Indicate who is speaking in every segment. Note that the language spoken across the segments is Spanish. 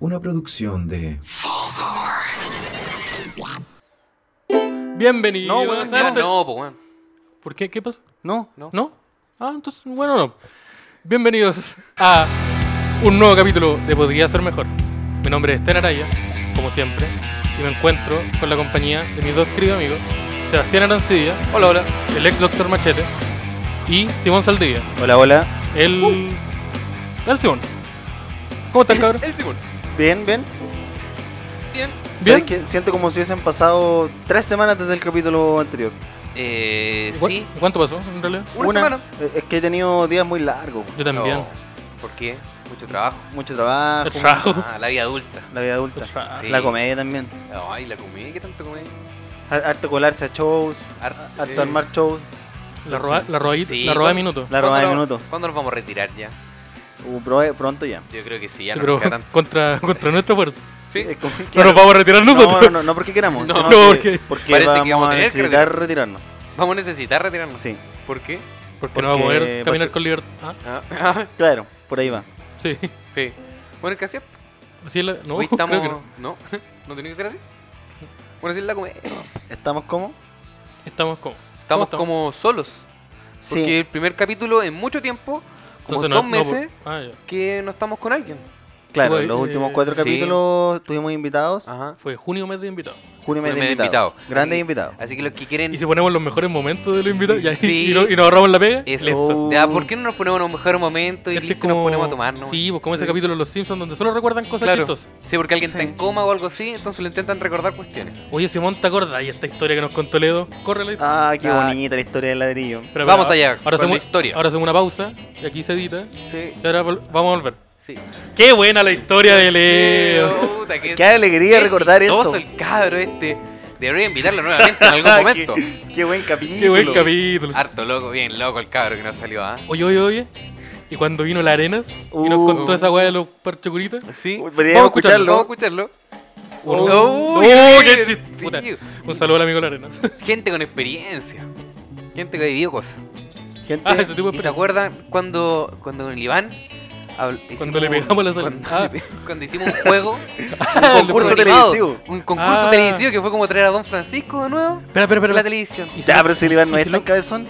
Speaker 1: Una producción de...
Speaker 2: Bienvenidos
Speaker 3: No, weón,
Speaker 2: a
Speaker 3: no.
Speaker 2: este-
Speaker 4: No, pues bueno.
Speaker 2: ¿Por qué? ¿Qué pasó?
Speaker 3: No,
Speaker 4: No.
Speaker 2: ¿No? Ah, entonces, bueno, no. Bienvenidos a un nuevo capítulo de Podría Ser Mejor. Mi nombre es Sten Araya, como siempre, y me encuentro con la compañía de mis dos queridos amigos, Sebastián Arancilla,
Speaker 4: Hola, hola.
Speaker 2: el ex Doctor Machete, y Simón Saldivia,
Speaker 3: Hola, hola.
Speaker 2: el...
Speaker 3: Uh.
Speaker 2: El Simón. ¿Cómo estás, cabrón?
Speaker 4: El Simón.
Speaker 3: Bien, bien.
Speaker 4: Bien.
Speaker 2: ¿Bien?
Speaker 3: ¿Sabes qué? Siento como si hubiesen pasado tres semanas desde el capítulo anterior.
Speaker 4: Eh,
Speaker 2: ¿Cu-
Speaker 4: sí.
Speaker 2: ¿Cuánto pasó, en realidad?
Speaker 4: Una semana.
Speaker 3: eh, Es que he tenido días muy largos.
Speaker 2: Yo también.
Speaker 4: No. ¿Por qué? Mucho trabajo.
Speaker 3: Mucho
Speaker 2: El
Speaker 3: trabajo,
Speaker 2: trabajo.
Speaker 4: Ah, la vida adulta.
Speaker 3: la vida adulta.
Speaker 2: Tra-
Speaker 4: Sí.
Speaker 3: La comedia también.
Speaker 4: Ay, la comí. ¿Qué tanto comí? Eh,
Speaker 3: Har- Harto colarse a shows,
Speaker 4: Harta
Speaker 3: harto armar shows.
Speaker 2: La roba, la roba,
Speaker 4: Sí,
Speaker 2: la roba de
Speaker 4: con-
Speaker 2: minutos.
Speaker 3: La roba de minutos.
Speaker 4: ¿Cuándo nos vamos a retirar ya?
Speaker 3: Uh, pro- pronto ya.
Speaker 4: Yo creo que sí, ya
Speaker 2: Sí,
Speaker 4: no
Speaker 2: pero
Speaker 4: nos queda tanto.
Speaker 2: contra, contra nuestra fuerza.
Speaker 4: Sí.
Speaker 3: Es como-
Speaker 2: No
Speaker 3: claro.
Speaker 2: nos vamos a retirar nosotros.
Speaker 3: No, no, no, no porque queramos.
Speaker 4: No,
Speaker 2: no,
Speaker 3: sino que-
Speaker 2: porque-
Speaker 3: porque
Speaker 4: Parece que
Speaker 3: vamos,
Speaker 4: vamos a
Speaker 3: a
Speaker 4: tener que Mm.
Speaker 3: necesitar retirarnos.
Speaker 4: Vamos a necesitar retirarnos.
Speaker 3: Sí,
Speaker 4: ¿Por qué?
Speaker 2: Porque no va a
Speaker 3: Porque
Speaker 2: poder
Speaker 3: va
Speaker 2: caminar
Speaker 3: a ser-
Speaker 2: con libertad. Ah,
Speaker 4: Ah,
Speaker 3: claro, por ahí va.
Speaker 2: sí.
Speaker 4: sí. Bueno, ¿qué hacía?
Speaker 2: Así es la... No,
Speaker 4: Hoy estamos...
Speaker 2: creo que no.
Speaker 4: no. ¿No? tenía que ser así? Bueno, así es la comedia.
Speaker 3: ¿Estamos como?
Speaker 2: Estamos como... ¿Cómo
Speaker 4: Estamos como solos. Porque
Speaker 3: Sí,
Speaker 4: el primer capítulo en mucho tiempo, como
Speaker 2: Entonces no-
Speaker 4: dos
Speaker 2: no,
Speaker 4: meses,
Speaker 2: por- ah,
Speaker 4: que no estamos con alguien.
Speaker 3: claro.
Speaker 2: Pues,
Speaker 3: Los
Speaker 2: eh,
Speaker 3: últimos cuatro
Speaker 4: sí. Ah,
Speaker 3: capítulos tuvimos invitados.
Speaker 4: Ajá.
Speaker 2: ya. Fue junio mes de invitados.
Speaker 3: Junio me
Speaker 4: Junio
Speaker 3: invitado.
Speaker 4: medio invitado.
Speaker 3: Grandes
Speaker 4: Así-
Speaker 3: invitados.
Speaker 4: Así que los que quieren...
Speaker 2: Y si ponemos los mejores momentos de los invitados y, ahí-
Speaker 4: Sí.
Speaker 2: y, no- y nos ahorramos la pega,
Speaker 4: Eso.
Speaker 2: listo.
Speaker 4: Ya, ¿por qué no nos ponemos en un mejor momento y
Speaker 2: Este es
Speaker 4: listo, nos ponemos a tomar, no?
Speaker 2: Sí, pues como ese
Speaker 3: Sí.
Speaker 2: capítulo de Los Simpsons donde solo recuerdan cosas
Speaker 4: Claro.
Speaker 2: chistosas.
Speaker 4: Sí, porque alguien
Speaker 3: Sí.
Speaker 4: está en coma o algo así, entonces le intentan recordar cuestiones.
Speaker 2: Oye, Simón, ¿te acordás? Y esta historia que nos contó Ledo. Córrele.
Speaker 3: Ah, qué
Speaker 4: Ah.
Speaker 3: bonita la historia del ladrillo.
Speaker 2: Pero,
Speaker 4: Vamos
Speaker 2: pero,
Speaker 4: allá, con
Speaker 2: Ahora hacemos,
Speaker 4: la historia.
Speaker 2: ahora hacemos una pausa. Y aquí se edita.
Speaker 4: Sí,
Speaker 2: Y ahora vol- vamos a volver.
Speaker 4: sí.
Speaker 2: ¡Qué buena la historia de Leo!
Speaker 4: Puta, qué,
Speaker 3: Qué alegría
Speaker 4: qué
Speaker 3: recordar
Speaker 4: chistoso
Speaker 3: eso.
Speaker 4: el cabro este. Debería invitarlo nuevamente en algún
Speaker 3: Ah,
Speaker 4: momento.
Speaker 3: qué, qué buen capítulo.
Speaker 2: ¡Qué buen capítulo!
Speaker 4: Harto loco, bien loco el cabro que nos salió, ¿ah?
Speaker 2: Ah, Oye, oye, oye. Y cuando vino la Arenas y nos
Speaker 3: Uh.
Speaker 2: contó esa weá de los parchecuritas.
Speaker 4: Sí.
Speaker 3: Uy,
Speaker 4: Vamos
Speaker 3: Podríamos
Speaker 4: a
Speaker 3: escucharlo.
Speaker 4: escucharlo.
Speaker 2: Oh,
Speaker 4: Oh,
Speaker 2: oh,
Speaker 4: qué
Speaker 2: qué
Speaker 4: divertido.
Speaker 2: chiste. Puta, Un saludo al amigo la Arenas.
Speaker 4: Gente con experiencia. Gente que ha vivido cosas.
Speaker 3: Gente,
Speaker 2: Ah, ese tipo
Speaker 4: ¿Y
Speaker 2: de
Speaker 4: se acuerdan cuando, cuando con el Iván habl- hicimos-
Speaker 2: le pegamos la sal-
Speaker 4: cuando,
Speaker 2: Ah.
Speaker 4: cuando hicimos un juego,
Speaker 2: el
Speaker 4: un concurso
Speaker 3: juego.
Speaker 4: animado,
Speaker 3: televisivo.
Speaker 4: Un concurso
Speaker 2: Ah.
Speaker 4: televisivo que fue como traer a Don Francisco de nuevo
Speaker 2: Espera, espera,
Speaker 4: por
Speaker 2: espera.
Speaker 4: la televisión.
Speaker 2: ¿Y si
Speaker 3: ya,
Speaker 2: no-
Speaker 3: pero si el Iván no
Speaker 2: y
Speaker 3: es
Speaker 2: si
Speaker 3: tan
Speaker 2: no-
Speaker 3: cabezón.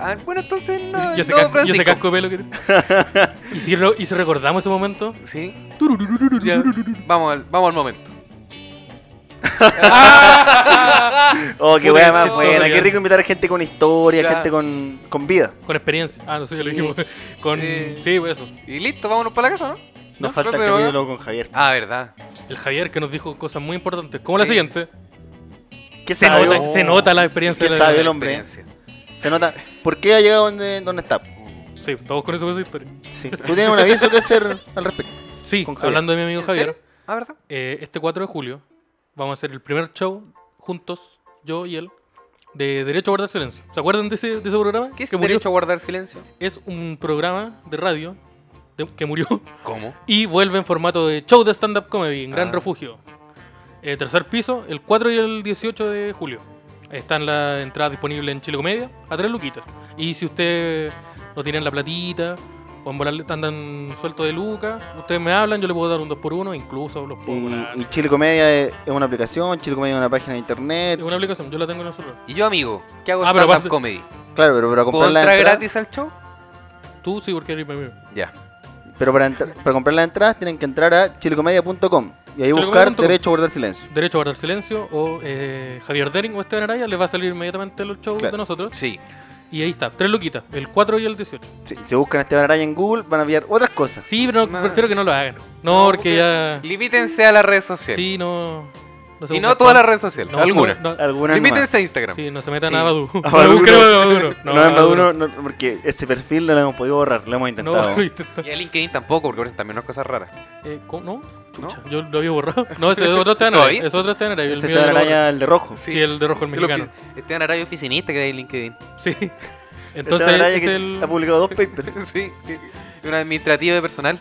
Speaker 4: Ah, bueno, entonces no,
Speaker 2: y ese casco-
Speaker 4: no
Speaker 2: y ese
Speaker 4: Francisco.
Speaker 2: casco de pelo que tiene. ¿Y si, re- y si recordamos ese momento?
Speaker 4: Sí. Ya. Vamos al, vamos al momento.
Speaker 3: Oh,
Speaker 2: Puta,
Speaker 3: qué buena
Speaker 2: qué
Speaker 3: más
Speaker 2: chistoso,
Speaker 3: buena. Qué
Speaker 2: Iván.
Speaker 3: rico invitar a gente con historia,
Speaker 4: Ya.
Speaker 3: gente con, con vida.
Speaker 2: Con experiencia. Ah, no sé si lo
Speaker 3: Sí.
Speaker 2: dijimos. Con...
Speaker 4: Eh.
Speaker 2: Sí, pues eso.
Speaker 4: Y listo, vámonos para la casa, ¿no?
Speaker 3: Nos
Speaker 4: ¿No?
Speaker 3: falta el
Speaker 4: Pero-
Speaker 3: capítulo con Javier.
Speaker 4: Ah, verdad.
Speaker 2: El Javier que nos dijo cosas muy importantes. Como la
Speaker 4: Sí.
Speaker 2: siguiente.
Speaker 3: ¿Qué
Speaker 2: Se
Speaker 3: sabio?
Speaker 2: nota, se nota la experiencia
Speaker 3: Qué
Speaker 2: de la
Speaker 3: sabio
Speaker 4: La
Speaker 3: el hombre.
Speaker 4: experiencia.
Speaker 3: Se nota. ¿Por qué ha llegado donde, donde está?
Speaker 2: Sí, todos con eso con esa historia.
Speaker 3: Sí. Tú tienes un aviso que hacer al respecto.
Speaker 2: Sí,
Speaker 3: Con Javier.
Speaker 2: hablando de mi amigo
Speaker 4: ¿En
Speaker 2: Javier.
Speaker 4: serio? Ah, ¿verdad?
Speaker 2: eh, este 4 de julio vamos a hacer el primer show juntos, yo y él, de Derecho a Guardar Silencio. ¿Se acuerdan de ese, de ese programa?
Speaker 4: ¿Qué es
Speaker 2: que murió?
Speaker 4: derecho a guardar silencio?
Speaker 2: Es un programa de radio de- que murió
Speaker 4: ¿Cómo?
Speaker 2: y vuelve en formato de show de stand-up comedy en Gran
Speaker 4: Ah.
Speaker 2: Refugio. Eh, tercer piso, el 4 y el 18 de julio. Están las entradas disponibles en Chile Comedia a tres luquitas. Y si usted no tiene la platita o en volar andan suelto de lucas, ustedes me hablan, yo le puedo dar un 2x1, incluso los puedo volar.
Speaker 3: Y, y Chile Comedia es, es una aplicación, Chile Comedia es una página de internet.
Speaker 2: Es una aplicación, yo la tengo en el celular.
Speaker 4: Y yo, amigo, ¿qué hago
Speaker 2: Ah, pero
Speaker 4: stand-up
Speaker 2: aparte-
Speaker 4: comedy?
Speaker 3: Claro, pero para
Speaker 4: ¿Puedo
Speaker 3: comprar la
Speaker 4: entrar
Speaker 3: entrada,
Speaker 4: gratis al show?
Speaker 2: Tú sí, porque eres mi amigo.
Speaker 4: Ya.
Speaker 3: pero para, entrar- para comprar las entradas tienen que entrar a chilecomedia.com y ahí buscar
Speaker 2: Chilecomedia.com.
Speaker 3: derecho a guardar silencio.
Speaker 2: Derecho a guardar silencio o eh, Javier Dering o Esteban Araya les va a salir inmediatamente los shows
Speaker 3: Claro.
Speaker 2: de nosotros.
Speaker 4: Sí.
Speaker 2: Y ahí está, tres loquitas, el 4 y el 18.
Speaker 3: Si, si buscan a Esteban Araya en Google van a ver otras cosas.
Speaker 2: Sí, pero no-
Speaker 4: No.
Speaker 2: prefiero que no lo hagan. No, porque ya.
Speaker 4: Limítense a las redes sociales.
Speaker 2: Sí, no. no se
Speaker 4: y
Speaker 2: busca
Speaker 4: no todas
Speaker 2: tanto.
Speaker 4: las redes sociales,
Speaker 2: No,
Speaker 4: algunas.
Speaker 2: no,
Speaker 3: Algunas
Speaker 4: Limítense a Instagram.
Speaker 2: sí, no se metan
Speaker 3: Sí.
Speaker 2: a Badu.
Speaker 3: A
Speaker 2: No
Speaker 3: Badoo
Speaker 2: busquen a
Speaker 3: no.
Speaker 2: Badoo,
Speaker 3: No,
Speaker 2: No,
Speaker 3: no,
Speaker 2: a Badoo
Speaker 3: no, no, porque ese perfil no lo hemos podido borrar, lo hemos
Speaker 2: No,
Speaker 3: intentado.
Speaker 2: lo intenta.
Speaker 4: Y a LinkedIn tampoco, porque ahora también unas cosas raras.
Speaker 2: Eh, ¿cómo? ¿No?
Speaker 4: ¿No?
Speaker 2: Chucha, Yo lo había borrado. No, ese es otro Esteban Araya.
Speaker 4: ¿Todavía?
Speaker 2: Es otro Esteban Araya. el
Speaker 3: ese
Speaker 2: mío
Speaker 3: Esteban
Speaker 2: lo borré.
Speaker 3: Araya, el de rojo.
Speaker 2: Sí, el de rojo, el
Speaker 4: El
Speaker 2: mexicano.
Speaker 4: ofici- Esteban Araya oficinista que hay en LinkedIn.
Speaker 2: Sí. Entonces,
Speaker 3: Esteban Araya
Speaker 2: es
Speaker 3: que
Speaker 2: el.
Speaker 3: ha publicado dos papers.
Speaker 4: sí. Y un administrativo de personal.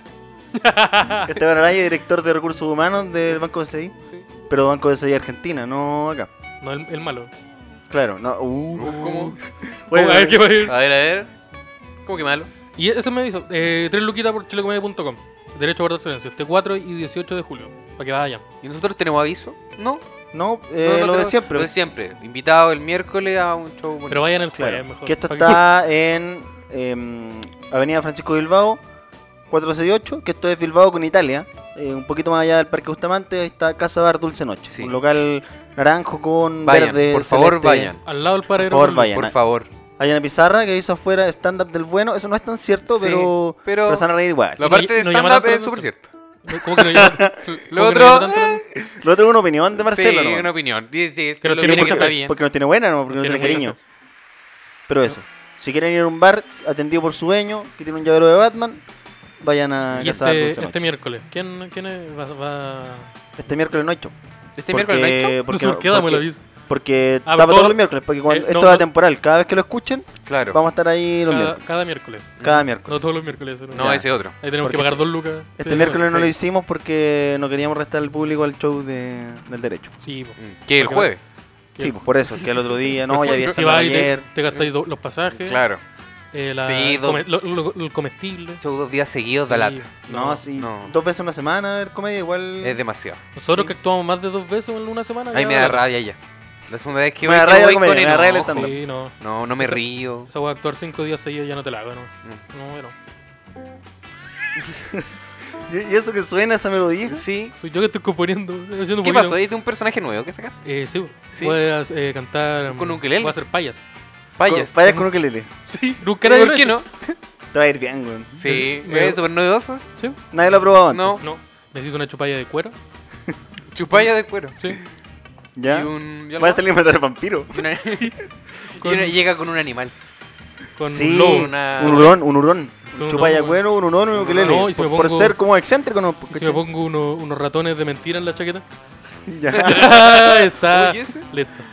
Speaker 3: Esteban Araya, director de recursos humanos del Banco de CDI,
Speaker 4: Sí.
Speaker 3: pero Banco de CDI Argentina, no acá.
Speaker 2: No, el, el malo.
Speaker 3: Claro, no. Uh,
Speaker 4: ¿Cómo?
Speaker 3: Bueno, eh,
Speaker 2: a ver qué va a ir.
Speaker 4: A ver, a ver. ¿Cómo que malo?
Speaker 2: Y ese me aviso, eh, tres luquitas por chilecomedia.com. Derecho a guardar silencio. Este 4 y 18 de julio. Para que vayan.
Speaker 4: ¿Y nosotros tenemos aviso? No.
Speaker 3: No,
Speaker 4: no,
Speaker 3: eh,
Speaker 4: no
Speaker 3: lo de
Speaker 4: tenemos-
Speaker 3: siempre.
Speaker 4: Lo de siempre. Invitado el miércoles a un show. bonito.
Speaker 2: Pero vayan el jueves,
Speaker 3: Claro,
Speaker 2: mejor.
Speaker 3: que esto
Speaker 2: Pa'
Speaker 3: está en em, Avenida Francisco Bilbao, 468, que esto es Bilbao con Italia. eh, un poquito más allá del Parque Bustamante, ahí está Casa Bar Dulce Noche.
Speaker 4: Sí.
Speaker 3: Un local naranjo con
Speaker 4: Vayan,
Speaker 3: verde.
Speaker 4: por favor,
Speaker 3: celeste.
Speaker 4: vayan.
Speaker 2: Al lado del paradero.
Speaker 3: Por favor,
Speaker 2: del-
Speaker 3: vayan.
Speaker 4: Por favor.
Speaker 3: Hay una pizarra que hizo afuera stand-up del bueno. Eso no es tan cierto,
Speaker 4: Sí,
Speaker 3: pero,
Speaker 4: pero-
Speaker 3: pero se van a reír igual.
Speaker 4: La
Speaker 2: no-
Speaker 4: parte de
Speaker 2: no llamará
Speaker 4: stand-up
Speaker 2: tanto
Speaker 4: es
Speaker 2: la
Speaker 4: súper cierto.
Speaker 2: ¿Cómo que no llama- cómo que no
Speaker 4: otro,
Speaker 2: llama tanto la atención?
Speaker 3: Lo otro es una opinión de Marcelo,
Speaker 4: sí,
Speaker 3: ¿no?
Speaker 4: una opinión. Sí, sí,
Speaker 2: Pero
Speaker 4: lo
Speaker 2: tiene
Speaker 4: opinión
Speaker 2: mucha
Speaker 4: está
Speaker 2: fe,
Speaker 4: bien.
Speaker 3: Porque no tiene buena, ¿no? Porque no
Speaker 2: Tiene
Speaker 3: tiene
Speaker 2: buena.
Speaker 3: cariño. Pero eso. Si quieren ir a un bar atendido por su dueño, que tiene un llavero de Batman, vayan a
Speaker 2: Y
Speaker 3: Casa Bar
Speaker 2: este,
Speaker 3: Dulce
Speaker 2: este
Speaker 3: Noche.
Speaker 2: miércoles. ¿Quién, quién es- va, va-
Speaker 3: Este miércoles no hay show.
Speaker 4: Este miércoles no hay show.
Speaker 2: No sé por qué damos el aviso.
Speaker 3: porque
Speaker 2: Ah,
Speaker 3: tapa
Speaker 2: todo-
Speaker 3: todos los miércoles, porque cuando-
Speaker 2: Eh,
Speaker 3: esto
Speaker 2: no,
Speaker 3: es
Speaker 2: no.
Speaker 3: temporal, cada vez que lo escuchen,
Speaker 4: Claro.
Speaker 3: vamos a estar ahí los
Speaker 2: Cada,
Speaker 3: miércoles,
Speaker 2: cada miércoles.
Speaker 3: cada miércoles.
Speaker 2: No todos los miércoles. pero-
Speaker 4: No,
Speaker 3: Ya.
Speaker 4: ese otro.
Speaker 2: Ahí tenemos
Speaker 3: Porque
Speaker 2: que pagar dos lucas.
Speaker 3: Este
Speaker 2: Sí,
Speaker 3: miércoles no
Speaker 2: sí.
Speaker 3: lo hicimos porque no queríamos restar al público al show de- del derecho.
Speaker 2: Sí, po.
Speaker 4: Mm, Que el
Speaker 2: Porque-
Speaker 4: jueves.
Speaker 2: ¿Qué?
Speaker 3: Sí, pues por eso, que el otro día, no, ya había
Speaker 2: Si
Speaker 3: estado
Speaker 2: vas y te,
Speaker 3: ayer.
Speaker 2: te gastáis do- los pasajes,
Speaker 4: Claro.
Speaker 2: eh, la-
Speaker 4: Sí, dos-
Speaker 2: come- lo- lo- lo- el comestible.
Speaker 4: Show dos días seguidos de lata.
Speaker 2: Sí.
Speaker 3: No, sí,
Speaker 4: no. Eh,
Speaker 3: dos veces una semana a ver comedia, igual.
Speaker 4: Es demasiado.
Speaker 2: Nosotros que actuamos más de dos veces en una semana.
Speaker 4: Ahí
Speaker 2: ya
Speaker 4: me da
Speaker 2: vale.
Speaker 4: rabia ya. La segunda vez que
Speaker 3: Me
Speaker 4: voy,
Speaker 3: da
Speaker 4: que
Speaker 3: rabia la
Speaker 4: voy
Speaker 3: comedia,
Speaker 4: con
Speaker 3: me da rabia el
Speaker 4: enojo.
Speaker 3: stand-up.
Speaker 2: Sí, no.
Speaker 4: No, no me
Speaker 2: Esa-
Speaker 4: río.
Speaker 2: Esa wea de actuar cinco días seguidos ya no te la hago, no.
Speaker 4: Mm.
Speaker 2: No, bueno.
Speaker 3: Y y eso que suena esa melodía.
Speaker 4: Sí.
Speaker 2: Soy yo que estoy componiendo. estoy haciendo un
Speaker 4: ¿Qué
Speaker 2: poquito-
Speaker 4: pasó? ¿Es de un personaje nuevo que sacaste?
Speaker 2: Eh, sí,
Speaker 4: Sí.
Speaker 2: puedes eh, cantar.
Speaker 4: Con
Speaker 2: mm,
Speaker 4: ukelele.
Speaker 2: Voy a hacer payas.
Speaker 4: Payas.
Speaker 3: Con- Fallas con ukelele.
Speaker 2: Sí, nunca nadie
Speaker 4: ¿Por
Speaker 2: lo ha
Speaker 4: qué
Speaker 2: hecho.
Speaker 4: no?
Speaker 3: Te va a ir bien, güey.
Speaker 4: Sí,
Speaker 2: Me-
Speaker 4: es súper novedoso.
Speaker 2: Sí,
Speaker 3: Nadie lo ha probado antes.
Speaker 4: No,
Speaker 2: no. Necesito una chupalla de cuero.
Speaker 4: chupalla de cuero.
Speaker 2: Sí.
Speaker 3: ¿Ya?
Speaker 4: Y un. y algo
Speaker 3: Va a
Speaker 4: más.
Speaker 3: salir a matar al vampiro.
Speaker 4: Y una- y
Speaker 2: Con,
Speaker 4: una- llega con un animal.
Speaker 2: con
Speaker 3: sí,
Speaker 2: un lobo.
Speaker 4: una-
Speaker 3: un hurón, un hurón.
Speaker 2: Con
Speaker 3: Un
Speaker 2: un
Speaker 3: chupalla
Speaker 2: lobo,
Speaker 3: cuero, un hurón, un ukelele.
Speaker 2: No, y si
Speaker 3: por,
Speaker 2: me
Speaker 3: por
Speaker 2: pongo-
Speaker 3: ser como excéntrico, no.
Speaker 2: Y Si me pongo uno- unos ratones de mentira en la chaqueta.
Speaker 3: Ya.
Speaker 2: Ahí está.
Speaker 4: Uy, ese.
Speaker 2: Listo.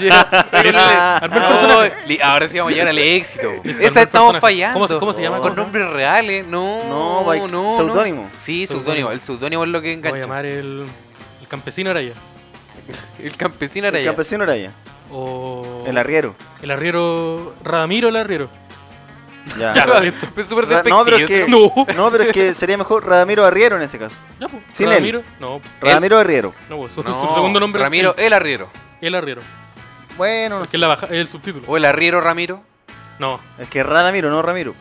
Speaker 2: Ya.
Speaker 4: Ah,
Speaker 2: Armé el
Speaker 4: no,
Speaker 2: personaje.
Speaker 4: li- ahora sí vamos a llegar al éxito.
Speaker 2: Listo,
Speaker 4: Esa
Speaker 2: armé el
Speaker 4: estamos
Speaker 2: personaje.
Speaker 4: fallando.
Speaker 2: ¿Cómo se- cómo se llama? ¿Cómo
Speaker 4: Con
Speaker 2: se llama?
Speaker 4: nombres reales. No,
Speaker 3: No, va-
Speaker 4: no, no.
Speaker 3: seudónimo.
Speaker 4: Sí,
Speaker 2: Seudónimo.
Speaker 4: seudónimo. El seudónimo es lo que
Speaker 2: Voy a
Speaker 4: engancha.
Speaker 2: llamar el, el campesino Araya.
Speaker 4: El campesino
Speaker 3: El
Speaker 4: araya.
Speaker 3: campesino Araya.
Speaker 2: O
Speaker 3: El arriero.
Speaker 2: el arriero. Ramiro el arriero.
Speaker 3: Ya.
Speaker 2: Ya.
Speaker 4: Claro,
Speaker 2: Listo.
Speaker 4: Es súper
Speaker 3: Ra- no, pero es
Speaker 4: despectivo.
Speaker 3: que,
Speaker 2: No.
Speaker 3: no, pero es que sería mejor Ramiro Arriero en ese caso.
Speaker 2: Ya, pues.
Speaker 3: Sin él.
Speaker 2: Ramiro. No,
Speaker 3: Ramiro Arriero.
Speaker 2: no, pues, su, su
Speaker 4: No,
Speaker 2: segundo nombre. es
Speaker 4: Ramiro, el arriero.
Speaker 2: El, el arriero.
Speaker 3: Bueno, no
Speaker 2: Porque
Speaker 3: sé.
Speaker 2: es, la baja, es el subtítulo.
Speaker 4: O el arriero Ramiro.
Speaker 2: No.
Speaker 3: es que Radamiro, no Ramiro.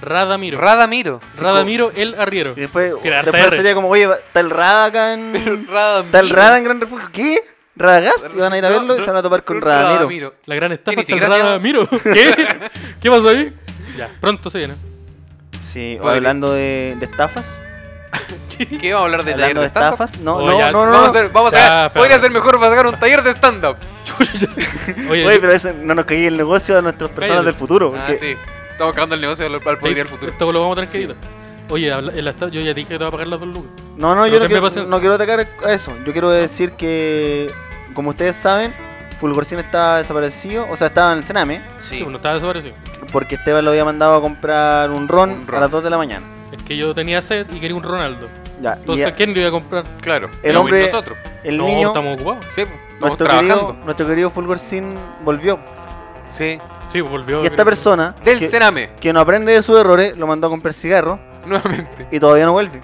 Speaker 2: Radamiro.
Speaker 4: Radamiro.
Speaker 2: Radamiro el arriero.
Speaker 3: Y después,
Speaker 2: Tiene harta
Speaker 3: después
Speaker 2: R.
Speaker 3: sería como, oye, va- está el Rada acá en.
Speaker 4: Radamiro.
Speaker 3: Está el Rada en Gran Refugio. ¿Qué? ¿Radagast? Y van a ir a verlo y se van a topar con Radamiro.
Speaker 2: La gran estafa
Speaker 4: ni
Speaker 2: está el
Speaker 4: siquiera se llama-
Speaker 2: Radamiro. ¿Qué? ¿Qué pasó ahí? Ya, pronto se viene.
Speaker 3: Sí, o
Speaker 4: Podría.
Speaker 3: hablando de, de estafas.
Speaker 4: ¿Qué vamos a hablar de taller
Speaker 3: Hablando
Speaker 4: de
Speaker 3: de
Speaker 4: stand-up?
Speaker 3: estafas. No,
Speaker 2: Oh,
Speaker 3: no,
Speaker 2: ya.
Speaker 3: no, no.
Speaker 4: Vamos a
Speaker 3: no.
Speaker 4: hacer, vamos a
Speaker 2: Ya,
Speaker 4: hacer-
Speaker 2: espérame.
Speaker 4: podría ser mejor pagar un taller de stand-up.
Speaker 2: Oye,
Speaker 3: Oye, pero eso no nos caía el negocio a nuestras personas
Speaker 2: Cállate.
Speaker 3: del futuro.
Speaker 4: Ah,
Speaker 3: porque-
Speaker 4: sí. Estamos cagando el negocio al, al poder y al futuro.
Speaker 2: Esto lo vamos a tener que editar. Oye, habla- el esta- yo ya dije que te voy a pagar las dos lucas.
Speaker 3: No, no,
Speaker 2: Pero
Speaker 3: yo no
Speaker 2: ten
Speaker 3: quiero,
Speaker 2: paciencia.
Speaker 3: no quiero atacar a eso. Yo quiero decir que, como ustedes saben, Fulgorcín estaba desaparecido, o sea, estaba en el Sename,
Speaker 2: Sí.
Speaker 4: Sí.
Speaker 2: uno estaba desaparecido.
Speaker 3: porque Esteban lo había mandado a comprar un ron,
Speaker 4: Un ron.
Speaker 3: a las 2 de la mañana.
Speaker 2: Es que yo tenía sed y quería un Ronaldo.
Speaker 3: Ya, y
Speaker 2: Entonces,
Speaker 3: ya-
Speaker 2: ¿quién le iba a comprar?
Speaker 4: Claro.
Speaker 3: El
Speaker 4: Lo
Speaker 3: hombre-
Speaker 4: mismo Nosotros.
Speaker 3: el
Speaker 2: no,
Speaker 3: niño,
Speaker 2: estamos ocupados.
Speaker 4: Sí, pues, estamos
Speaker 3: nuestro
Speaker 4: trabajando.
Speaker 3: querido, nuestro querido Fulgorcín volvió.
Speaker 4: Sí.
Speaker 2: Sí, pues, volvió.
Speaker 3: Y esta persona,
Speaker 4: Del
Speaker 3: que,
Speaker 4: Sename,
Speaker 3: que no aprende de sus errores, lo mandó a comprar cigarros
Speaker 4: nuevamente.
Speaker 3: y todavía no vuelve.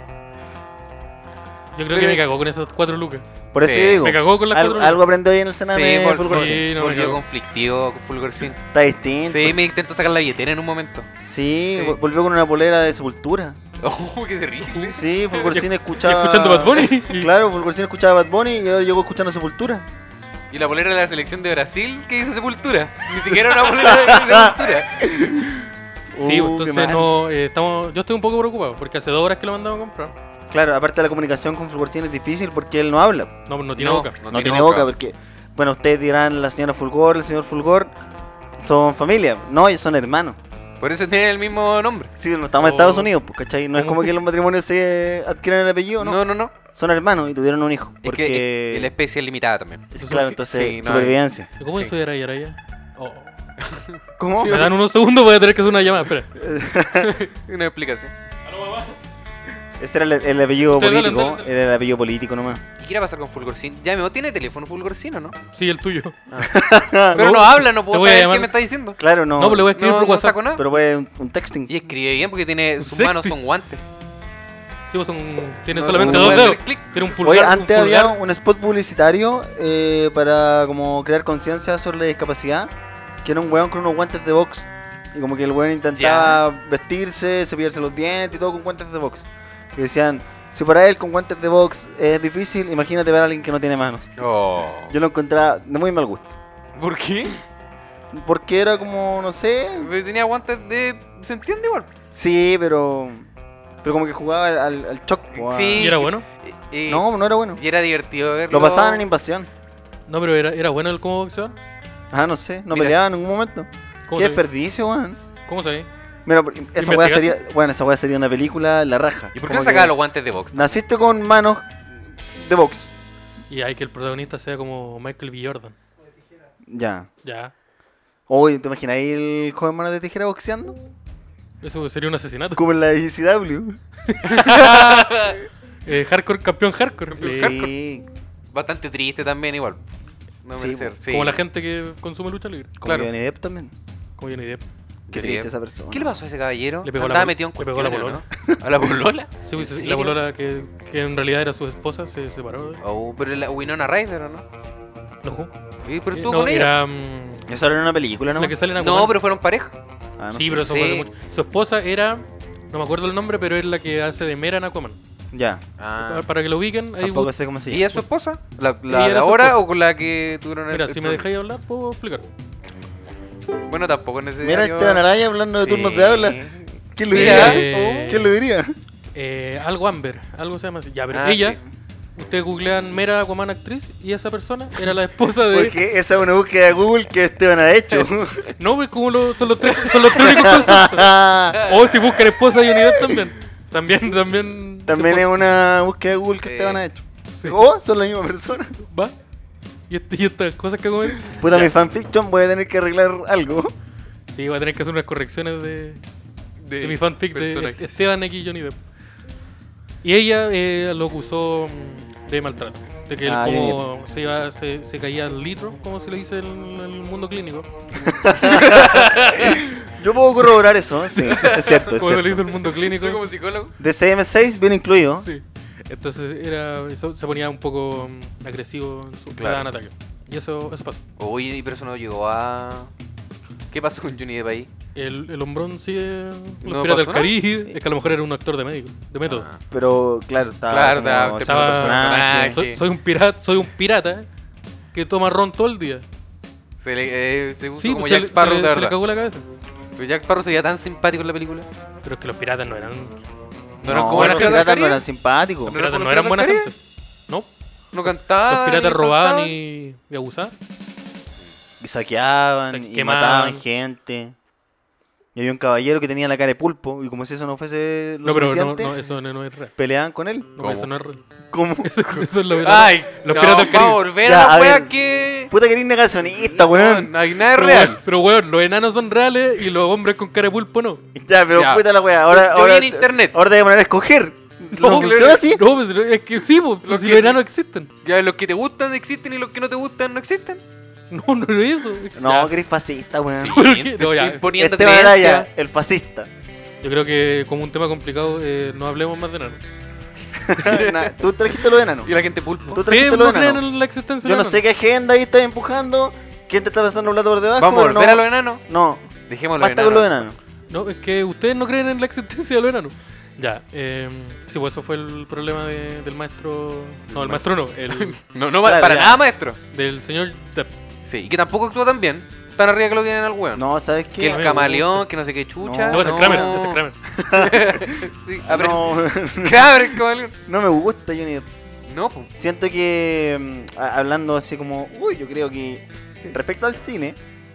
Speaker 2: Yo creo que me cagó con esas cuatro lucas.
Speaker 3: Por eso
Speaker 4: Sí.
Speaker 3: yo digo,
Speaker 2: Me cagó con las
Speaker 3: al-
Speaker 2: cuatro
Speaker 3: algo aprende hoy en el Sename
Speaker 4: sí, vol-
Speaker 3: Fulgorcín.
Speaker 2: sí. no me
Speaker 4: volvió
Speaker 2: cago.
Speaker 4: conflictivo con Fulgorcín.
Speaker 3: Está distinto.
Speaker 4: Sí, me intentó sacar la billetera en un momento.
Speaker 3: Sí,
Speaker 4: Sí.
Speaker 3: vol- volvió con una polera de sepultura.
Speaker 4: Oh, qué terrible.
Speaker 3: Sí, Fulgorcín
Speaker 2: lucas. Y
Speaker 3: escuchaba...
Speaker 2: escuchando Bad Bunny. Y-
Speaker 3: Claro, Fulgorcín escuchaba Bad Bunny y ahora llegó escuchando Sepultura.
Speaker 4: Y la polera de la selección de Brasil que dice Sepultura. Ni siquiera una polera de Sepultura.
Speaker 2: Sí, pues,
Speaker 3: Uh,
Speaker 2: entonces
Speaker 3: qué mal.
Speaker 2: no, eh, estamos, yo estoy un poco preocupado porque hace dos horas que lo mandamos a comprar.
Speaker 3: Claro, aparte la comunicación con Fulgorcín es difícil porque él no habla.
Speaker 2: No, no tiene
Speaker 4: No,
Speaker 2: boca.
Speaker 3: No, tiene, boca. porque... Bueno, ustedes dirán, la señora Fulgor, el señor Fulgor, son familia. No, ellos son hermanos.
Speaker 4: Por eso tienen el mismo nombre.
Speaker 3: Sí, no estamos en
Speaker 2: Oh.
Speaker 3: Estados Unidos, pues, ¿cachai? No es
Speaker 2: ¿Cómo?
Speaker 3: como que los matrimonios se adquieran el apellido, ¿no?
Speaker 4: No, no, no.
Speaker 3: Son hermanos y tuvieron un hijo.
Speaker 4: Es
Speaker 3: Porque...
Speaker 4: que eh, la especie es limitada también.
Speaker 2: Eso es
Speaker 3: Claro,
Speaker 2: que-
Speaker 3: entonces,
Speaker 4: sí, no,
Speaker 3: supervivencia.
Speaker 2: ¿Y ¿Cómo
Speaker 4: Sí.
Speaker 2: eso era ayer allá? Oh.
Speaker 3: ¿Cómo?
Speaker 2: Me dan unos segundos, voy a tener que hacer una llamada. Espera.
Speaker 4: Una explicación.
Speaker 3: Ese era el, el apellido
Speaker 2: Usted dale,
Speaker 3: político.
Speaker 2: dale, dale.
Speaker 3: Era el apellido político nomás.
Speaker 4: ¿Y qué irá a pasar con Fulgorcín? Ya me ¿tiene teléfono Fulgorcín o no?
Speaker 2: Sí, el tuyo.
Speaker 4: Pero
Speaker 2: Ah, No,
Speaker 4: no habla, no
Speaker 2: te
Speaker 4: puedo
Speaker 2: voy a
Speaker 4: saber
Speaker 2: llamar.
Speaker 4: qué me está diciendo.
Speaker 3: Claro, no.
Speaker 2: No, pero le voy a escribir
Speaker 4: No,
Speaker 2: por
Speaker 4: no
Speaker 2: WhatsApp.
Speaker 4: saco nada.
Speaker 3: Pero fue un, un texting.
Speaker 4: Y escribe bien porque tiene sus
Speaker 2: Sexting.
Speaker 4: manos son guantes.
Speaker 2: Sí, pues son- tiene
Speaker 4: No,
Speaker 2: solamente
Speaker 4: no
Speaker 2: dos
Speaker 4: puede
Speaker 2: dedos.
Speaker 4: hacer clic.
Speaker 2: Tiene un pulgar.
Speaker 3: Oye,
Speaker 2: un
Speaker 3: antes había
Speaker 2: pulgar.
Speaker 3: un spot publicitario eh, para como crear conciencia sobre la discapacidad, que era un weón con unos guantes de box. Y como que el weón intentaba vestirse, cepillarse los dientes y todo con guantes de box. Y decían, si para él con guantes de box es difícil, imagínate ver a alguien que no tiene manos.
Speaker 4: Oh.
Speaker 3: Yo lo encontraba de muy mal gusto.
Speaker 4: ¿Por qué?
Speaker 3: Porque era como, no sé,
Speaker 4: Porque tenía guantes de. ¿Se entiende igual?
Speaker 3: sí, pero... Pero como que jugaba al, al, al choc, po, a-
Speaker 4: Sí.
Speaker 2: ¿Y era bueno?
Speaker 4: Y, y-
Speaker 3: No, no era bueno.
Speaker 4: Eh, Y era divertido verlo.
Speaker 3: Lo pasaban en invasión.
Speaker 2: No, pero era, era bueno el cómo boxeador.
Speaker 3: Ah, no sé, no
Speaker 4: Mira,
Speaker 3: peleaba en ningún momento.
Speaker 2: ¿Cómo
Speaker 3: Qué
Speaker 2: se ve?
Speaker 3: desperdicio, weón.
Speaker 2: ¿Cómo se ve?
Speaker 3: Mira, por- esa weá
Speaker 2: ¿Investigaste?
Speaker 3: sería, bueno, esa weá sería una película, la raja.
Speaker 4: ¿Y por qué no
Speaker 3: Como
Speaker 4: sacaba
Speaker 3: que
Speaker 4: los guantes de box?
Speaker 3: Naciste con manos de box.
Speaker 2: Y hay que el protagonista sea como Michael B. Jordan.
Speaker 3: Ya.
Speaker 2: Ya.
Speaker 3: Oye, ¿te imagináis el joven mano de tijera boxeando?
Speaker 2: Eso sería un asesinato.
Speaker 3: Como en la ICW.
Speaker 2: Eh, hardcore, campeón hardcore.
Speaker 4: Campeón
Speaker 2: Eh,
Speaker 4: hardcore.
Speaker 3: Sí,
Speaker 4: Bastante triste también, igual. No
Speaker 3: Sí,
Speaker 4: me ser. Sí.
Speaker 2: Como la gente que consume lucha libre.
Speaker 3: como
Speaker 4: Claro.
Speaker 3: Johnny Depp también.
Speaker 2: Como Johnny Depp.
Speaker 3: Qué
Speaker 4: Johnny Depp.
Speaker 3: triste esa persona.
Speaker 4: ¿Qué le pasó a ese caballero?
Speaker 2: Le pegó la
Speaker 4: Andaba
Speaker 2: pol-
Speaker 4: metido en
Speaker 2: le pegó la
Speaker 4: cuestiones, ¿no? ¿A la polola?
Speaker 2: Sí,
Speaker 4: ¿En
Speaker 2: pues, la
Speaker 4: serio?
Speaker 2: polola que, que en realidad era su esposa se separó.
Speaker 4: Oh, pero la Winona Ryder, ¿o ¿no?
Speaker 2: No,
Speaker 4: Y, pero
Speaker 2: Eh,
Speaker 4: estuvo
Speaker 2: no,
Speaker 4: con ella.
Speaker 2: era
Speaker 4: Ah,
Speaker 2: mm,
Speaker 3: Eso era una película, ¿no?
Speaker 2: la que sale en Aquaman.
Speaker 4: No, pero fueron pareja.
Speaker 3: Ah, no
Speaker 2: sí,
Speaker 3: sé.
Speaker 2: pero eso
Speaker 4: Sí.
Speaker 2: fue hace mucho. Su esposa era, no me acuerdo el nombre, pero es la que hace de Mera en Aquaman.
Speaker 3: Ya.
Speaker 4: Ah.
Speaker 2: Pa- Para que lo ubiquen, ahí
Speaker 3: Tampoco
Speaker 2: bu-
Speaker 3: sé cómo se
Speaker 4: ¿Y
Speaker 3: llama.
Speaker 4: ella es su esposa? ¿La,
Speaker 2: Ella
Speaker 4: la,
Speaker 2: era
Speaker 4: la
Speaker 2: su
Speaker 4: hora
Speaker 2: esposa.
Speaker 4: o con la que tuvieron el-
Speaker 2: Mira,
Speaker 4: el
Speaker 2: si me
Speaker 4: problema?
Speaker 2: dejáis hablar, puedo explicar.
Speaker 4: Bueno, tampoco es necesario.
Speaker 3: Mira, este Esteban Araya hablando de turnos de habla. ¿Quién lo
Speaker 4: Mira. Oh.
Speaker 3: diría?
Speaker 2: Eh,
Speaker 3: ¿Quién lo diría?
Speaker 2: eh, algo Amber, algo se llama así. Ya, pero
Speaker 4: Ah,
Speaker 2: ella,
Speaker 4: sí.
Speaker 2: ustedes googlean Mera Aquaman actriz y esa persona era la esposa de.
Speaker 3: Porque esa es una búsqueda de Google que Esteban ha hecho.
Speaker 2: No, pues como lo- son los tres, son los tres únicos conceptos. O si buscan esposa de unidad también. También, también. se
Speaker 3: También
Speaker 2: puede-
Speaker 3: es una búsqueda de Google que
Speaker 4: Sí.
Speaker 3: Esteban ha hecho.
Speaker 2: Sí.
Speaker 3: Oh, son la misma persona.
Speaker 2: ¿Va? Y, este- y estas cosas que comen.
Speaker 3: Puta,
Speaker 2: Ya.
Speaker 3: mi fanfiction voy a tener que arreglar algo.
Speaker 2: Sí, voy a tener que hacer unas correcciones de, de mi fanfic de
Speaker 4: personajes.
Speaker 2: Esteban X y Johnny Depp. Y ella eh, lo acusó mm, de maltrato. De que él
Speaker 3: Ah,
Speaker 2: como se, iba, se, se caía al litro, como se le dice en el mundo clínico.
Speaker 3: Yo puedo corroborar eso, ¿eh? sí, es cierto, es
Speaker 2: Como se le dice
Speaker 3: cierto.
Speaker 2: en el mundo
Speaker 4: Soy como
Speaker 2: clínico.
Speaker 4: psicólogo.
Speaker 3: De CM6 viene incluido.
Speaker 2: Sí. Entonces era, eso- se ponía un poco mm, agresivo en su
Speaker 4: Claro.
Speaker 2: cada ataque. Y eso, eso pasó.
Speaker 4: Oye, pero eso no llegó a. ¿Qué pasó con Johnny Depp ahí?
Speaker 2: El, el hombrón sigue. Los
Speaker 4: ¿No
Speaker 2: piratas del
Speaker 4: pasó nada?
Speaker 2: Caribe. Es que a lo mejor era un actor de médico, de método.
Speaker 4: Ah.
Speaker 3: Pero claro, estaba
Speaker 4: Claro, estaba-
Speaker 3: como siendo
Speaker 2: estaba-
Speaker 3: Este personaje.
Speaker 2: Ah, Soy, soy un pirata, soy un pirata que toma ron todo el día.
Speaker 4: Se le eh, se puso
Speaker 2: Sí,
Speaker 4: como
Speaker 2: pues se,
Speaker 4: Jack
Speaker 2: le- se
Speaker 4: Sparrow,
Speaker 2: le,
Speaker 4: de
Speaker 2: se le
Speaker 4: verdad.
Speaker 2: cagó la cabeza.
Speaker 4: Pero Jack Sparrow sería tan simpático en la película.
Speaker 2: Pero es que los piratas no eran.
Speaker 4: No, eran como
Speaker 3: No,
Speaker 4: las
Speaker 3: los
Speaker 4: piratas
Speaker 3: piratas
Speaker 4: del
Speaker 3: no eran
Speaker 4: Caribe.
Speaker 3: simpáticos.
Speaker 2: Los
Speaker 4: ¿No eran
Speaker 2: piratas no
Speaker 4: como los
Speaker 2: eran buena
Speaker 4: piratas
Speaker 2: gente. No,
Speaker 4: No cantaban.
Speaker 2: los
Speaker 3: Ah,
Speaker 2: piratas
Speaker 4: ni
Speaker 2: robaban
Speaker 4: saltaban.
Speaker 2: y, y abusaban.
Speaker 3: Y saqueaban,
Speaker 2: Se
Speaker 3: y
Speaker 2: quemaban.
Speaker 3: mataban gente. Y había un caballero que tenía la cara de pulpo, y como si eso no fuese lo
Speaker 2: No, pero no,
Speaker 3: suficiente,
Speaker 2: no, eso no, no es real.
Speaker 3: peleaban con él.
Speaker 2: No,
Speaker 4: ¿Cómo?
Speaker 2: eso no es real.
Speaker 3: Como...
Speaker 2: Eso, eso es lo verdad.
Speaker 4: Ay,
Speaker 2: los
Speaker 4: no,
Speaker 2: piratas del
Speaker 4: vamos a
Speaker 2: Caribe.
Speaker 4: volver
Speaker 3: Ya,
Speaker 4: a
Speaker 3: a
Speaker 4: la wea
Speaker 3: ver.
Speaker 4: que.
Speaker 3: Puta que eres negacionista, weón.
Speaker 4: No, hay nada de
Speaker 2: Pero,
Speaker 4: real.
Speaker 2: weón, Pero weón, los enanos son reales y los hombres con cara de pulpo no.
Speaker 3: Ya, pero
Speaker 4: Ya.
Speaker 3: puta la weá. Ahora,
Speaker 4: Yo vi
Speaker 3: ahora,
Speaker 4: en internet.
Speaker 3: Ahora te voy a poner a escoger. ¿No,
Speaker 2: No,
Speaker 3: funciona así?
Speaker 2: No, pues, es que sí, po,
Speaker 4: Los
Speaker 2: si
Speaker 4: que-
Speaker 2: los enanos existen.
Speaker 4: Ya, los que te gustan existen y los que no te gustan no existen.
Speaker 2: No, no es eso.
Speaker 3: No, que eres fascista, weón.
Speaker 2: ¿Por qué? No,
Speaker 4: Te
Speaker 2: ya.
Speaker 4: estoy imponiendo
Speaker 3: Esteban
Speaker 4: creencias.
Speaker 3: Araya, el fascista.
Speaker 2: Yo creo que como un tema complicado, eh, no hablemos más de enanos.
Speaker 3: Na- Tú trajiste lo de enano.
Speaker 4: Y la gente pulpo.
Speaker 3: Tú
Speaker 2: ¿Ustedes
Speaker 3: trajiste lo
Speaker 2: Eh, no
Speaker 3: de
Speaker 2: creen
Speaker 3: enano.
Speaker 2: en la existencia
Speaker 3: Yo
Speaker 2: de
Speaker 3: no sé qué agenda ahí estás empujando. ¿Quién te está pasando plata por debajo?
Speaker 4: Vamos a
Speaker 3: pero
Speaker 4: volver a
Speaker 3: no.
Speaker 4: los enanos.
Speaker 3: No,
Speaker 4: Dejémoslo
Speaker 3: basta con lo de enano.
Speaker 2: No, es que ustedes no creen en la existencia de los enanos. Ya, eh, sí, pues eso fue el problema de- del maestro. No, el maestro no, el,
Speaker 4: No, no,
Speaker 3: Claro,
Speaker 4: para
Speaker 3: ya.
Speaker 4: nada, maestro.
Speaker 2: del señor Depp.
Speaker 4: Sí, y que tampoco actúa tan bien. Tan arriba que lo tienen al weón.
Speaker 3: No, ¿sabes
Speaker 4: que
Speaker 3: qué?
Speaker 4: el camaleón, que Ah, no sé qué chucha.
Speaker 2: No, ese es Kramer, ese es Kramer.
Speaker 4: sí, a ver.
Speaker 3: No,
Speaker 4: Kramer, el camaleón.
Speaker 3: no me gusta Johnny Depp.
Speaker 4: No, po.
Speaker 3: Siento que mm, a- hablando así como, uy, yo creo que respecto al cine,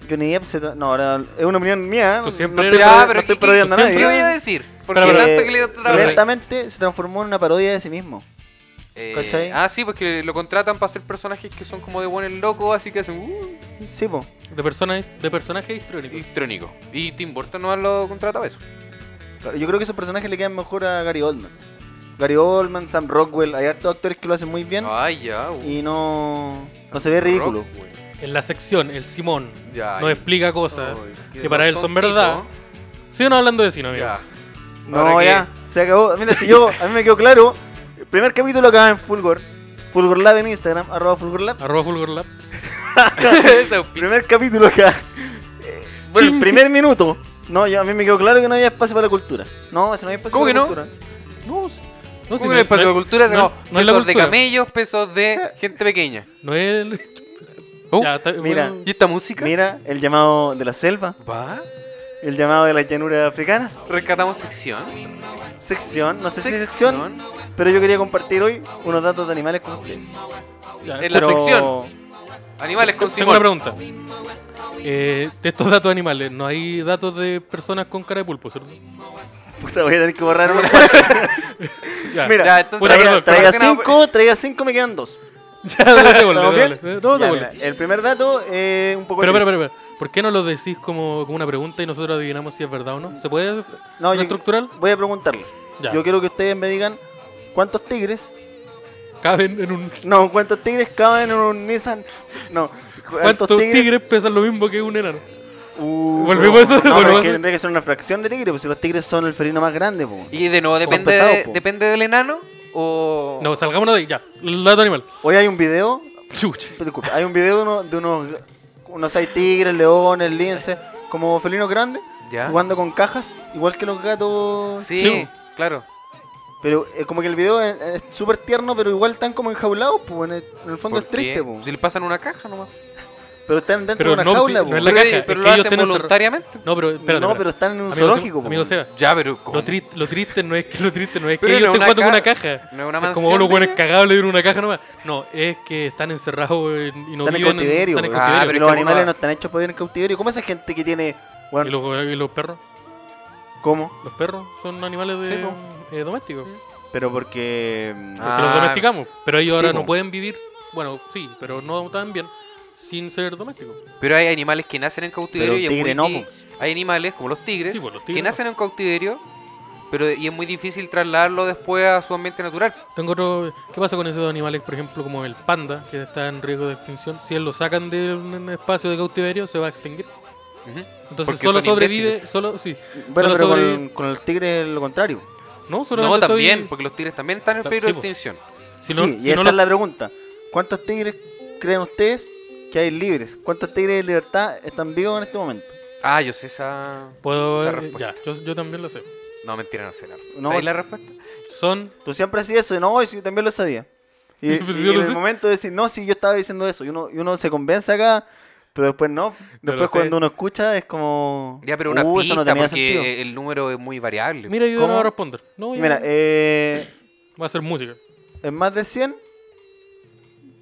Speaker 3: Johnny Depp se tra- No, ahora es una opinión mía.
Speaker 2: Tú
Speaker 3: No,
Speaker 2: siempre
Speaker 3: no
Speaker 2: eres-
Speaker 3: estoy,
Speaker 4: Ya,
Speaker 3: pro-
Speaker 4: pero
Speaker 3: no estoy
Speaker 4: ¿qué- qué-
Speaker 3: parodiando a
Speaker 2: tú
Speaker 4: ¿Qué
Speaker 2: siempre-
Speaker 4: voy
Speaker 3: nadie.
Speaker 4: a decir? Porque
Speaker 2: Pero-
Speaker 4: tanto que le dio trabajo.
Speaker 3: lentamente se transformó en una parodia de sí mismo.
Speaker 4: Eh,
Speaker 3: ¿cachai?
Speaker 4: ah, sí, porque lo contratan para hacer personajes que son como de buenos locos, así que hacen. Uh,
Speaker 3: Sí, po.
Speaker 2: De, persona, de personaje
Speaker 4: y
Speaker 2: histriónico.
Speaker 4: trónico. Y Tim Burton no lo contrata para eso.
Speaker 3: Claro, Yo creo que esos personajes le quedan mejor a Gary Oldman. Gary Oldman, Sam Rockwell, hay hartos actores que lo hacen muy bien
Speaker 2: Ah,
Speaker 4: Ay, ya, uh,
Speaker 3: y no, no se ve ridículo.
Speaker 4: rock, güey.
Speaker 2: En la sección, el Simón
Speaker 4: Ya,
Speaker 2: nos
Speaker 4: y-
Speaker 2: explica cosas
Speaker 4: Ay, qué
Speaker 2: que para él son
Speaker 4: tontito.
Speaker 2: verdad. ¿Sí o no hablando de cine, amigo?
Speaker 4: Ya.
Speaker 3: No,
Speaker 4: Ahora que-
Speaker 3: ya, se acabó. Mira, si yo, a mí me quedó claro, el primer capítulo acaba en Fulgor. Fulgor Lab en Instagram, arroba Fulgor Lab.
Speaker 2: Arroba Fulgor Lab.
Speaker 4: Esa auspicia.
Speaker 3: Primer capítulo acá. Eh, Bueno, el
Speaker 2: Ching.
Speaker 3: primer minuto. No, yo, a mí me quedó claro que no había espacio para la cultura. No, eso no había espacio
Speaker 4: ¿Cómo que
Speaker 3: para la
Speaker 4: no?
Speaker 3: cultura.
Speaker 2: No, si- no, si
Speaker 4: ¿Cómo
Speaker 2: no
Speaker 4: que el
Speaker 2: es-
Speaker 4: espacio de
Speaker 2: no
Speaker 4: la
Speaker 2: es-
Speaker 4: cultura?
Speaker 2: no,
Speaker 4: No,
Speaker 2: no es la
Speaker 4: pesos de
Speaker 2: cultura.
Speaker 4: camellos, pesos de gente pequeña.
Speaker 2: No es el-
Speaker 4: Oh,
Speaker 2: Ya, está-
Speaker 3: mira.
Speaker 2: bueno,
Speaker 4: ¿Y esta música?
Speaker 3: Mira, el llamado de la selva,
Speaker 4: ¿Va?
Speaker 3: el llamado de las llanuras africanas.
Speaker 4: Rescatamos sección.
Speaker 3: Sección, no sé si sección, pero yo quería compartir hoy unos datos de animales con ustedes.
Speaker 2: ya,
Speaker 4: en la
Speaker 2: pero
Speaker 3: Pero-
Speaker 4: sección. Animales con
Speaker 2: Tengo una
Speaker 4: Simón.
Speaker 2: pregunta. Eh, de estos datos animales, ¿no hay datos de personas con cara de pulpo, cierto?
Speaker 3: Puta, voy a tener que borrar uno.
Speaker 2: Ya.
Speaker 3: Mira,
Speaker 4: Ya, entonces-
Speaker 2: Puta,
Speaker 3: traiga,
Speaker 2: perdón,
Speaker 3: traiga
Speaker 4: perdón.
Speaker 3: cinco, traiga cinco, me quedan dos.
Speaker 2: Ya, dale, dale,
Speaker 3: ¿Estamos
Speaker 2: dale,
Speaker 3: bien?
Speaker 2: dale. Todo
Speaker 3: Ya,
Speaker 2: dale.
Speaker 3: mira, el primer dato eh, un poco.
Speaker 2: Pero, pero,
Speaker 3: triste.
Speaker 2: pero, pero, ¿por qué no lo decís como, como una pregunta y nosotros adivinamos si es verdad o no? ¿Se puede hacer
Speaker 3: No,
Speaker 2: una
Speaker 3: yo-
Speaker 2: estructural?
Speaker 3: Voy a preguntarle.
Speaker 2: Ya.
Speaker 3: Yo quiero que ustedes me digan cuántos tigres.
Speaker 2: Caben en un.
Speaker 3: No, cuántos tigres caben en un Nissan. No,
Speaker 2: ¿Cuántos tigres? pesan lo mismo que un enano?
Speaker 3: Uh,
Speaker 2: Volvemos a eso,
Speaker 3: No, pero
Speaker 2: volvemos
Speaker 3: es
Speaker 2: a
Speaker 3: que
Speaker 2: eso.
Speaker 3: tendría que ser una fracción de tigres, pues si los tigres son el felino más grande, pues. po.
Speaker 4: Y de nuevo, depende,
Speaker 3: pesados,
Speaker 4: de-
Speaker 3: po.
Speaker 4: depende del enano o.
Speaker 2: No, salgámonos de ahí, ya. El dato animal.
Speaker 3: Hoy hay un video,
Speaker 2: Chuch.
Speaker 3: disculpa, hay un video de, uno- de unos, unos hay tigres, leones, linces, como felinos grandes,
Speaker 4: Ya.
Speaker 3: jugando con cajas, igual que los gatos.
Speaker 4: Sí,
Speaker 2: Sí.
Speaker 4: claro.
Speaker 3: Pero eh, como que el video es es súper tierno, pero igual están como enjaulados, pues en el, en el fondo
Speaker 4: ¿Por
Speaker 3: es triste,
Speaker 4: qué?
Speaker 3: po.
Speaker 4: Si le pasan una caja nomás.
Speaker 3: Pero están dentro
Speaker 2: Pero
Speaker 3: de una
Speaker 2: no,
Speaker 3: jaula,
Speaker 2: sí,
Speaker 3: po.
Speaker 2: no es la
Speaker 4: Pero,
Speaker 2: caja,
Speaker 4: pero
Speaker 2: es
Speaker 4: lo
Speaker 2: que ellos
Speaker 4: hacen
Speaker 2: tienen cerra-
Speaker 4: voluntariamente.
Speaker 2: No, pero espérate.
Speaker 3: No,
Speaker 2: espérate.
Speaker 3: pero están en un
Speaker 2: Amigo
Speaker 3: zoológico,
Speaker 2: Seba-
Speaker 3: po,
Speaker 2: Amigo
Speaker 3: weón.
Speaker 2: Seba,
Speaker 4: Ya, pero. ¿cómo?
Speaker 2: lo, tris- lo triste no es que lo triste no es que
Speaker 4: Pero
Speaker 2: ellos
Speaker 4: no
Speaker 2: estén
Speaker 4: una
Speaker 2: jugando con una
Speaker 4: ca-
Speaker 2: caja.
Speaker 4: no una
Speaker 2: Es como
Speaker 4: mansión,
Speaker 2: unos buenos
Speaker 4: diga.
Speaker 2: cagables dentro de una caja nomás. No, es que están encerrados en- y no
Speaker 3: Están en
Speaker 2: viven
Speaker 3: cautiverio,
Speaker 2: están en
Speaker 3: po.
Speaker 2: cautiverio.
Speaker 4: Ah, pero
Speaker 3: Y
Speaker 4: es
Speaker 3: los
Speaker 4: que uno
Speaker 3: animales
Speaker 4: va-
Speaker 3: no están hechos para vivir en cautiverio. ¿Cómo esa gente que tiene,
Speaker 2: ¿Y,
Speaker 3: bueno,
Speaker 2: los, y los perros?
Speaker 3: cómo?
Speaker 2: Los perros son animales de,
Speaker 4: Sí,
Speaker 2: eh, domésticos.
Speaker 3: Pero porque. mm,
Speaker 4: Ah.
Speaker 2: que los domesticamos. Pero ellos
Speaker 3: sí,
Speaker 2: ahora
Speaker 3: po.
Speaker 2: no pueden vivir, bueno, sí, pero no tan bien sin ser domésticos.
Speaker 4: Pero hay animales que nacen en cautiverio
Speaker 3: Pero
Speaker 4: y es
Speaker 3: tigre
Speaker 4: muy
Speaker 3: no,
Speaker 4: di- Hay animales como los tigres,
Speaker 2: Sí, pues, los
Speaker 4: que
Speaker 2: tigres
Speaker 4: nacen en cautiverio, pero y es muy difícil trasladarlo después a su ambiente natural.
Speaker 2: Tengo otro. ¿Qué pasa con esos animales, por ejemplo, como el panda, que está en riesgo de extinción? Si él lo sacan de un espacio de cautiverio, se va a extinguir. Entonces
Speaker 4: Porque
Speaker 2: solo
Speaker 4: son
Speaker 2: sobrevive,
Speaker 4: imbéciles.
Speaker 2: solo sí.
Speaker 3: Bueno,
Speaker 2: solo
Speaker 3: pero con,
Speaker 2: sobrevive-
Speaker 3: con el tigre es lo contrario.
Speaker 2: No, solo
Speaker 4: No, también, porque los tigres también están en
Speaker 2: Ta-
Speaker 4: peligro
Speaker 2: sí,
Speaker 4: de
Speaker 2: po.
Speaker 4: extinción.
Speaker 2: Si
Speaker 3: sí,
Speaker 2: no,
Speaker 3: y
Speaker 2: si
Speaker 3: esa
Speaker 2: no lo-
Speaker 3: es la pregunta. ¿Cuántos tigres creen ustedes que hay libres? ¿Cuántos tigres de libertad están vivos en este momento?
Speaker 4: Ah, yo sé esa.
Speaker 2: puedo
Speaker 4: esa
Speaker 2: eh,
Speaker 4: respuesta.
Speaker 2: ya, yo, yo también lo sé.
Speaker 4: No, mentira, no sé la
Speaker 3: No.
Speaker 4: ¿Sabéis la respuesta?
Speaker 2: Son
Speaker 3: Tú siempre hacías eso, y no, sí, yo también lo sabía. Y,
Speaker 2: Pues
Speaker 3: y
Speaker 2: yo
Speaker 3: en
Speaker 2: lo
Speaker 3: el
Speaker 2: sé.
Speaker 3: momento de decir, no, sí, yo estaba diciendo eso. Y uno, y uno se convence acá, pero después no.
Speaker 2: No lo
Speaker 3: Después
Speaker 2: sé.
Speaker 3: cuando uno escucha es como.
Speaker 4: Ya, pero una
Speaker 3: "Uh,
Speaker 4: pista,
Speaker 3: eso no tenía
Speaker 4: porque
Speaker 3: sentido.
Speaker 4: el número es muy variable.
Speaker 2: Mira, yo no
Speaker 3: ¿Cómo?
Speaker 2: voy a responder. No, yo-
Speaker 3: Mira, eh,
Speaker 2: va a ser música.
Speaker 3: en más de 100,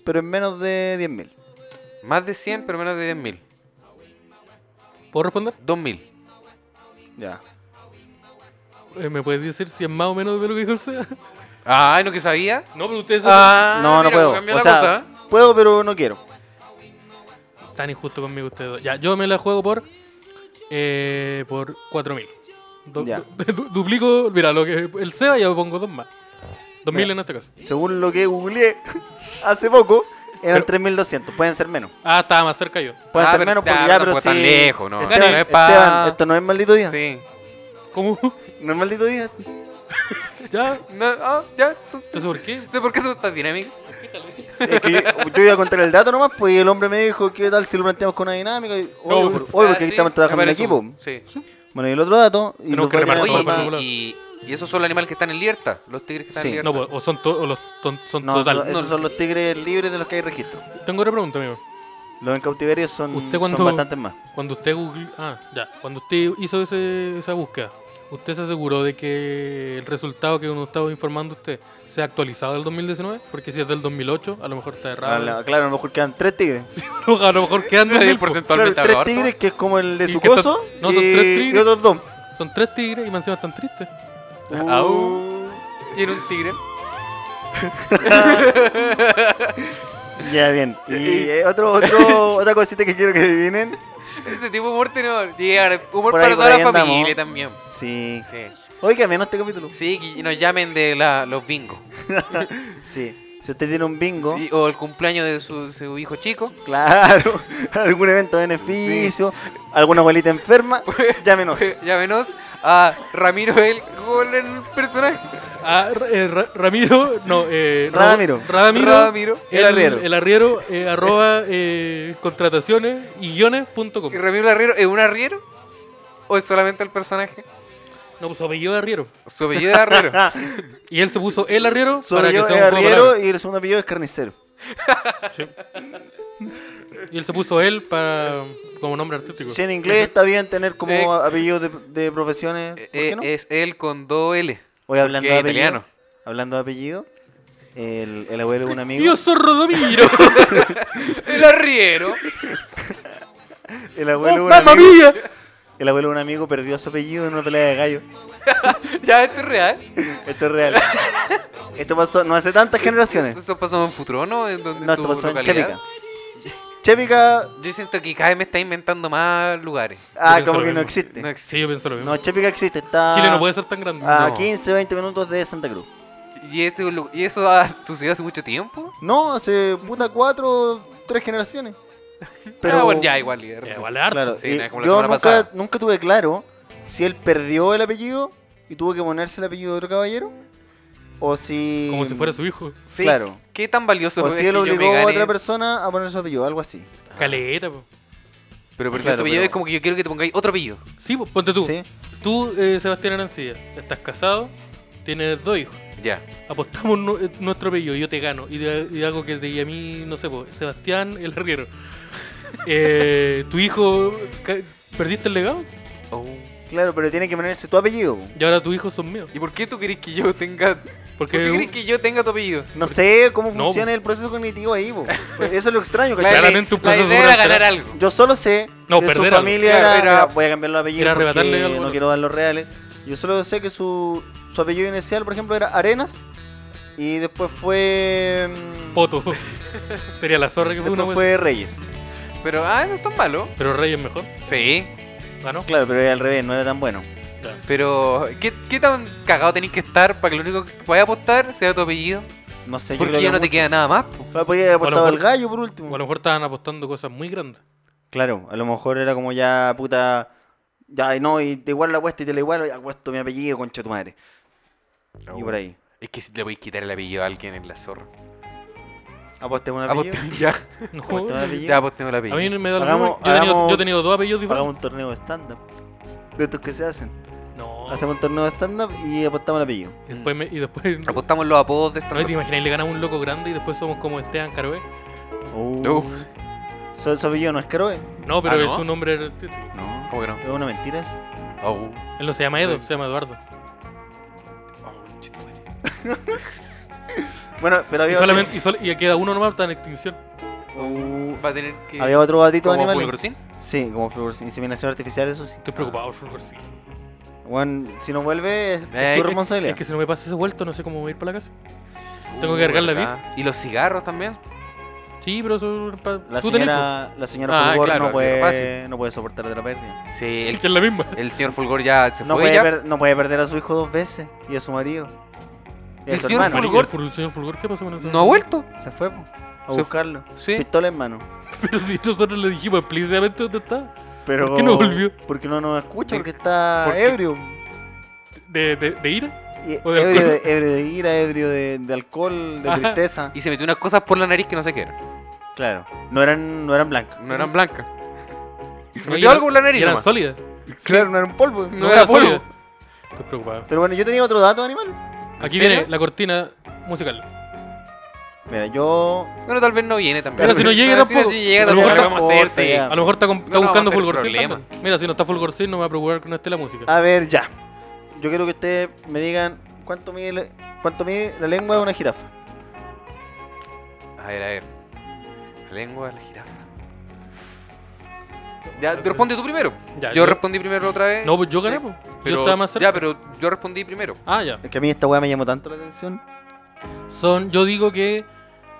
Speaker 3: pero en menos de 10.000.
Speaker 4: Más de 100, pero menos de 10.000.
Speaker 2: ¿Puedo responder?
Speaker 4: 2.000.
Speaker 3: Ya.
Speaker 2: Eh, ¿Me puedes decir si es más o menos de lo que dijo el SEA?
Speaker 4: Ay, no Ah, que sabía.
Speaker 2: No, pero ustedes
Speaker 4: Ah,
Speaker 3: no, no
Speaker 4: mira,
Speaker 3: puedo.
Speaker 4: cambió
Speaker 3: O
Speaker 4: la
Speaker 3: sea,
Speaker 4: cosa.
Speaker 3: puedo, pero no quiero.
Speaker 2: son- están injustos conmigo ustedes dos. Ya, yo me la juego por eh, por 4000. Du-
Speaker 3: Ya.
Speaker 2: du- du- duplico, mira, lo que el SEA ya pongo dos más. 2000
Speaker 3: Mira.
Speaker 2: en este caso.
Speaker 3: Según lo que googleé hace poco, eran
Speaker 2: Pero-
Speaker 3: 3200. Pueden ser menos.
Speaker 2: Ah, estaba más cerca yo.
Speaker 3: Pueden
Speaker 4: Ah,
Speaker 3: ser
Speaker 4: pero-
Speaker 3: menos
Speaker 4: ah,
Speaker 3: porque
Speaker 4: pero
Speaker 3: ya, pero
Speaker 4: tampoco
Speaker 3: sí.
Speaker 4: tan lejos, no.
Speaker 3: Esteban,
Speaker 4: Gané. Epa.
Speaker 3: Esteban, esto no es maldito día.
Speaker 4: Sí.
Speaker 2: ¿Cómo?
Speaker 3: No es maldito día.
Speaker 2: ya,
Speaker 4: No, ah, ya, entonces.
Speaker 2: entonces, ¿por qué?
Speaker 4: No sé por qué son tan dinámicos.
Speaker 3: Es que yo, yo iba a contar el dato nomás, pues y el hombre me dijo, ¿qué tal si lo planteamos con una dinámica? Y,
Speaker 2: No, pues, por-
Speaker 3: obvio, por- obvio,
Speaker 4: Ah,
Speaker 3: porque aquí
Speaker 4: sí,
Speaker 3: estamos
Speaker 4: me
Speaker 3: trabajando en
Speaker 4: parece
Speaker 3: equipo.
Speaker 4: un- Sí.
Speaker 3: Bueno, y el otro dato, y
Speaker 2: Tenemos
Speaker 3: los
Speaker 2: que
Speaker 3: voy a tener
Speaker 2: remarcar
Speaker 3: en
Speaker 2: para-
Speaker 3: forma-
Speaker 2: para-
Speaker 4: Oye, y, y- y esos son los animales que están en libertad. Los tigres que están
Speaker 3: Sí.
Speaker 4: en
Speaker 2: No,
Speaker 4: libertad.
Speaker 2: pues, o son, to- o los ton- son
Speaker 3: No,
Speaker 2: total.
Speaker 3: esos, esos son los tigres libres de los que hay registro.
Speaker 2: Tengo otra pregunta, amigo.
Speaker 3: Los en cautiverio son,
Speaker 2: ¿Usted
Speaker 3: son
Speaker 2: cuando-
Speaker 3: bastantes más.
Speaker 2: Cuando usted google- ah, ya, cuando usted hizo ese- esa búsqueda, ¿usted se aseguró de que el resultado que uno estaba informando usted se ha actualizado del 2019? Porque si es del 2008, a lo mejor está
Speaker 3: Ah, la-
Speaker 2: errado.
Speaker 3: claro, a lo mejor quedan tres tigres.
Speaker 2: a lo mejor quedan
Speaker 4: Sí,
Speaker 2: 2000,
Speaker 3: pues.
Speaker 2: po.
Speaker 3: Claro,
Speaker 4: porcentualmente
Speaker 3: tres
Speaker 4: hablando,
Speaker 3: tigres, que es como el de
Speaker 2: Y que to-
Speaker 3: Sucoso,
Speaker 2: no,
Speaker 3: y,
Speaker 2: son tres
Speaker 3: y
Speaker 2: tigres.
Speaker 3: otros dos.
Speaker 2: Son tres tigres y más encima están tristes.
Speaker 4: Au. Y era un tigre.
Speaker 3: Ya, bien. Y eh, otro, otro, otra cosita que quiero que adivinen.
Speaker 4: Ese tipo de humor tiene humor. Y ahora, humor
Speaker 3: Por
Speaker 4: para
Speaker 3: ahí- por
Speaker 4: toda
Speaker 3: ahí
Speaker 4: la familia
Speaker 3: andamos.
Speaker 4: también.
Speaker 3: Sí.
Speaker 4: Sí.
Speaker 3: Oiga, menos este capítulo.
Speaker 4: Sí, que nos llamen de la, los bingos.
Speaker 3: Sí. Si usted tiene un bingo,
Speaker 4: Sí, o el cumpleaños de su, su hijo chico.
Speaker 3: claro, algún evento de beneficio, alguna abuelita enferma, llámenos.
Speaker 4: pues, Llámenos a Ramiro el con el personaje.
Speaker 2: Ah, Ra- eh, Ra- Ramiro, no, eh, Ra-
Speaker 3: Radamiro.
Speaker 2: Radamiro,
Speaker 4: Ramiro
Speaker 3: el arriero.
Speaker 2: El arriero, eh, arroba eh, contrataciones y guiones punto com.
Speaker 4: ¿Y Ramiro el arriero es un arriero? ¿O es solamente el personaje?
Speaker 2: No, pues su apellido de arriero.
Speaker 4: Su apellido es arriero.
Speaker 2: Y él se puso el arriero
Speaker 3: Su
Speaker 2: para que
Speaker 3: apellido
Speaker 2: sea un
Speaker 3: es
Speaker 2: juego de
Speaker 3: arriero y el segundo apellido es carnicero.
Speaker 2: palabras. Sí. Y él se puso él para como nombre artístico.
Speaker 3: Si en inglés está bien tener como
Speaker 4: Eh,
Speaker 3: apellido de, de profesiones, ¿por
Speaker 4: Eh,
Speaker 3: qué no?
Speaker 4: Es él con dos L.
Speaker 3: Hoy
Speaker 4: porque
Speaker 3: hablando de
Speaker 4: es
Speaker 3: apellido,
Speaker 4: italiano.
Speaker 3: hablando de apellido, el, el abuelo de un amigo,
Speaker 2: Yo soy Rodomiro.
Speaker 4: El arriero.
Speaker 3: el abuelo de un
Speaker 2: ¡Mamma
Speaker 3: amigo,
Speaker 2: mía!
Speaker 3: el abuelo de un amigo perdió su apellido en una pelea de gallo.
Speaker 4: ya, esto es real.
Speaker 3: Esto es real. Esto pasó no hace tantas generaciones.
Speaker 4: Esto pasó en Futrono, en donde
Speaker 3: No,
Speaker 4: tu
Speaker 3: esto pasó en
Speaker 4: localidad.
Speaker 3: Chépica. Chépica,
Speaker 4: Yo siento que cada vez me está inventando más lugares.
Speaker 3: ah,
Speaker 2: Pero
Speaker 3: como
Speaker 2: eso lo
Speaker 3: que no Ah,
Speaker 2: mismo.
Speaker 3: existe.
Speaker 4: No
Speaker 2: Sí,
Speaker 4: existe.
Speaker 2: yo pienso lo mismo.
Speaker 3: No, Chépica existe, está
Speaker 2: Chile no puede ser tan grande.
Speaker 3: a
Speaker 2: No.
Speaker 3: 15, 20 minutos de Santa Cruz.
Speaker 4: ¿Y, ese lu- ¿Y eso ha sucedido hace mucho tiempo?
Speaker 3: No, hace puta cuatro, tres generaciones.
Speaker 4: Pero
Speaker 3: Pero
Speaker 4: Ah, bueno, ya igual. y de
Speaker 2: Ya,
Speaker 4: repente-
Speaker 2: Igual es Eh, harto.
Speaker 3: Claro,
Speaker 4: Sí,
Speaker 3: y
Speaker 4: no, como la
Speaker 3: yo
Speaker 4: semana
Speaker 3: nunca,
Speaker 4: pasada.
Speaker 3: nunca tuve claro si él perdió el apellido y tuvo que ponerse el apellido de otro caballero o si
Speaker 2: Como si fuera su hijo.
Speaker 4: Sí,
Speaker 3: claro.
Speaker 4: ¿Qué tan valioso
Speaker 3: o
Speaker 4: es
Speaker 3: si
Speaker 4: que
Speaker 3: él
Speaker 4: yo me
Speaker 3: obligó a
Speaker 4: gane?
Speaker 3: otra persona a poner su apellido, algo así.
Speaker 2: Caleta, po.
Speaker 4: Pero porque
Speaker 3: Claro,
Speaker 4: su apellido
Speaker 3: pero-
Speaker 4: es como que yo quiero que te pongáis otro apellido.
Speaker 2: Sí, po, ponte tú.
Speaker 3: Sí.
Speaker 2: Tú, eh, Sebastián Arancilla, estás casado, tienes dos hijos.
Speaker 4: Ya.
Speaker 2: Apostamos nu- eh, nuestro apellido, yo te gano. Y, de- y hago que te y a mí, no sé, po, Sebastián el Arriero. Eh, tu hijo, ca- ¿perdiste el legado?
Speaker 4: Oh.
Speaker 3: Claro, pero tiene que ponerse tu apellido.
Speaker 2: Y ahora tus hijos son míos.
Speaker 4: ¿Y por qué tú querés que yo tenga... ¿Por
Speaker 2: Porque
Speaker 4: qué querés que yo tenga tu apellido?
Speaker 3: No sé cómo
Speaker 2: No,
Speaker 3: funciona
Speaker 2: po.
Speaker 3: el proceso cognitivo ahí, po. Eso es lo extraño,
Speaker 4: La,
Speaker 3: ¿cachai?
Speaker 2: Claramente un
Speaker 4: la
Speaker 2: proceso
Speaker 4: idea era
Speaker 2: natural.
Speaker 4: ganar algo.
Speaker 3: Yo solo sé
Speaker 2: No,
Speaker 3: que su
Speaker 2: perder algo.
Speaker 3: familia
Speaker 4: Claro,
Speaker 3: era,
Speaker 4: era-
Speaker 3: mira, voy a cambiar los apellidos
Speaker 2: era
Speaker 3: porque
Speaker 2: arrebatarle algo,
Speaker 3: no
Speaker 2: ¿no?
Speaker 3: quiero dar los reales. Yo solo sé que su, su apellido inicial, por ejemplo, era Arenas y después fue mm,
Speaker 2: Poto. Sería la zorra que fue
Speaker 3: después
Speaker 2: una wea.
Speaker 3: fue Reyes.
Speaker 4: Pero, ah, no es tan malo.
Speaker 2: Pero Rey es mejor. Ah,
Speaker 4: Sí.
Speaker 2: ¿Ganó?
Speaker 3: Claro, pero era al revés, no era tan bueno.
Speaker 2: Ya.
Speaker 4: Pero, ¿qué, qué tan cagado tenés que estar para que lo único que vayas a apostar sea tu apellido?
Speaker 3: No sé, yo
Speaker 4: Porque
Speaker 3: creo
Speaker 4: ya
Speaker 3: que
Speaker 4: no te queda nada más. po.
Speaker 3: mucho- podía
Speaker 2: O
Speaker 3: haber
Speaker 2: a lo
Speaker 3: aportado el
Speaker 2: mejor-
Speaker 3: gallo por
Speaker 2: O
Speaker 3: último.
Speaker 2: a lo mejor estaban apostando cosas muy grandes.
Speaker 3: Claro, a lo mejor era como ya puta ya no, y te igual la cuesta y te la igual, ya cuesto mi apellido, concha de tu madre. Y por ahí.
Speaker 4: Es que si le voy a quitar el apellido a alguien en la zorra.
Speaker 3: Apostemos un apellido.
Speaker 4: Aposté- Ya,
Speaker 2: No.
Speaker 3: Apostemos un apellido.
Speaker 4: ya apostemos el
Speaker 2: A mí
Speaker 4: apellido.
Speaker 2: me da lo
Speaker 3: Hagamos-
Speaker 2: mismo. Yo, he tenido-
Speaker 3: hagamos-
Speaker 2: yo he tenido dos apellidos diferentes.
Speaker 3: Hagamos un torneo de stand-up. De estos que se hacen.
Speaker 2: No.
Speaker 3: Hacemos un torneo de stand-up y apostamos el apellido.
Speaker 2: Y después, me- y después
Speaker 4: Apostamos los apodos de esta
Speaker 2: No, te imaginas, le ganamos a un loco grande y después somos como Esteban Caroé.
Speaker 3: Uh.
Speaker 4: Uf,
Speaker 3: ¿Su, su apellido no es Caroe?
Speaker 2: No, pero
Speaker 4: ¿Ah,
Speaker 2: es
Speaker 4: no?
Speaker 2: un nombre artístico.
Speaker 3: No.
Speaker 4: ¿Cómo que no?
Speaker 3: ¿Es una mentira eso?
Speaker 4: Oh.
Speaker 2: Él no se llama Edo, se llama Eduardo.
Speaker 4: Oh, chito, madre.
Speaker 3: Bueno,
Speaker 2: Y,
Speaker 3: pero había,
Speaker 2: solamente, y, sol- y queda uno nomás, está en extinción.
Speaker 3: Uh,
Speaker 4: Va a tener que.
Speaker 3: había otro gatito
Speaker 4: como
Speaker 3: animal.
Speaker 4: Fulgorcín.
Speaker 3: Sí, como fulgor- inseminación artificial, eso sí.
Speaker 2: Estoy preocupado, Fulgorcín.
Speaker 3: Juan, si no vuelve, es
Speaker 4: Eh,
Speaker 3: tu
Speaker 4: es-
Speaker 3: responsabilidad.
Speaker 2: Es que si no me pasa ese vuelto, no sé cómo voy a ir para la casa. Tengo
Speaker 4: Uh,
Speaker 2: que cargar la
Speaker 4: ¿verdad? Y los cigarros también.
Speaker 2: Sí, pero eso. es pa-
Speaker 3: La
Speaker 2: tú tenés,
Speaker 3: señora, la señora
Speaker 4: Ah,
Speaker 3: Fulgor
Speaker 4: claro,
Speaker 3: no, puede,
Speaker 4: fácil.
Speaker 3: no puede soportar otra pérdida.
Speaker 4: Sí,
Speaker 2: pues.
Speaker 4: el,
Speaker 2: Es que es la misma.
Speaker 4: el señor Fulgor ya se
Speaker 3: No
Speaker 4: fue.
Speaker 3: puede,
Speaker 4: Ya.
Speaker 3: per- no puede perder a su hijo dos veces y a su marido. Y a
Speaker 4: El
Speaker 3: su
Speaker 4: señor
Speaker 3: hermano.
Speaker 4: Fulgor-
Speaker 2: El ful- señor Fulgor, ¿qué pasó con eso?
Speaker 4: No ha vuelto.
Speaker 3: Se fue po, a
Speaker 4: Se fu-
Speaker 3: buscarlo.
Speaker 4: Sí.
Speaker 3: Pistola en mano.
Speaker 2: Pero si nosotros le dijimos explícitamente dónde está.
Speaker 3: Pero,
Speaker 2: ¿Por qué no volvió?
Speaker 3: Porque no nos escucha,
Speaker 4: ¿Por-
Speaker 3: porque está
Speaker 4: por qué?
Speaker 3: ebrio.
Speaker 2: ¿De, de, de ira?
Speaker 3: Y-
Speaker 2: ¿O de
Speaker 3: ebrio, de,
Speaker 2: alcohol?
Speaker 3: ebrio de ira, ebrio de, de alcohol, de
Speaker 2: Ajá.
Speaker 3: tristeza.
Speaker 4: Y se metió unas cosas por la nariz que no sé qué eran.
Speaker 3: Claro, no eran, no eran blancas.
Speaker 4: No eran blancas.
Speaker 2: No,
Speaker 4: metió
Speaker 2: y era-
Speaker 4: algo en la nariz
Speaker 2: y Eran
Speaker 4: nomás.
Speaker 2: sólidas.
Speaker 3: Claro, no eran polvo.
Speaker 4: No era polvo.
Speaker 2: sólida. Estoy preocupado.
Speaker 3: Pero bueno, yo tenía otro dato, animal.
Speaker 2: Aquí
Speaker 4: serio?
Speaker 2: viene la cortina musical.
Speaker 3: Mira, yo.
Speaker 4: Bueno, tal vez no viene también.
Speaker 2: Pero si no llega
Speaker 4: si-
Speaker 2: tampoco.
Speaker 4: Si llega
Speaker 3: No
Speaker 4: tampoco,
Speaker 2: llega
Speaker 4: lo vamos a hacer,
Speaker 3: tampoco,
Speaker 4: sí.
Speaker 3: ya.
Speaker 2: A lo mejor está, com- está
Speaker 4: No, no,
Speaker 2: buscando
Speaker 4: va a ser el
Speaker 2: Fulgorcín.
Speaker 4: problema. Ah,
Speaker 2: también. Mira, si no está Fulgorcín, no me va a preocupar que no esté la música.
Speaker 3: A ver, ya. Yo quiero que ustedes me digan cuánto mide, la- cuánto mide la lengua de una jirafa.
Speaker 4: A ver, a ver. La lengua de la jirafa. Ya, te responde tú primero.
Speaker 2: Ya,
Speaker 4: yo
Speaker 2: yo-
Speaker 4: respondí primero la otra vez.
Speaker 2: No, pues yo gané, pues.
Speaker 4: Pero-
Speaker 2: yo estaba más cerca.
Speaker 4: Ya, pero yo respondí primero.
Speaker 2: Ah, ya.
Speaker 3: Es que a mí esta weá me llamó tanto la atención.
Speaker 2: Son, yo digo que.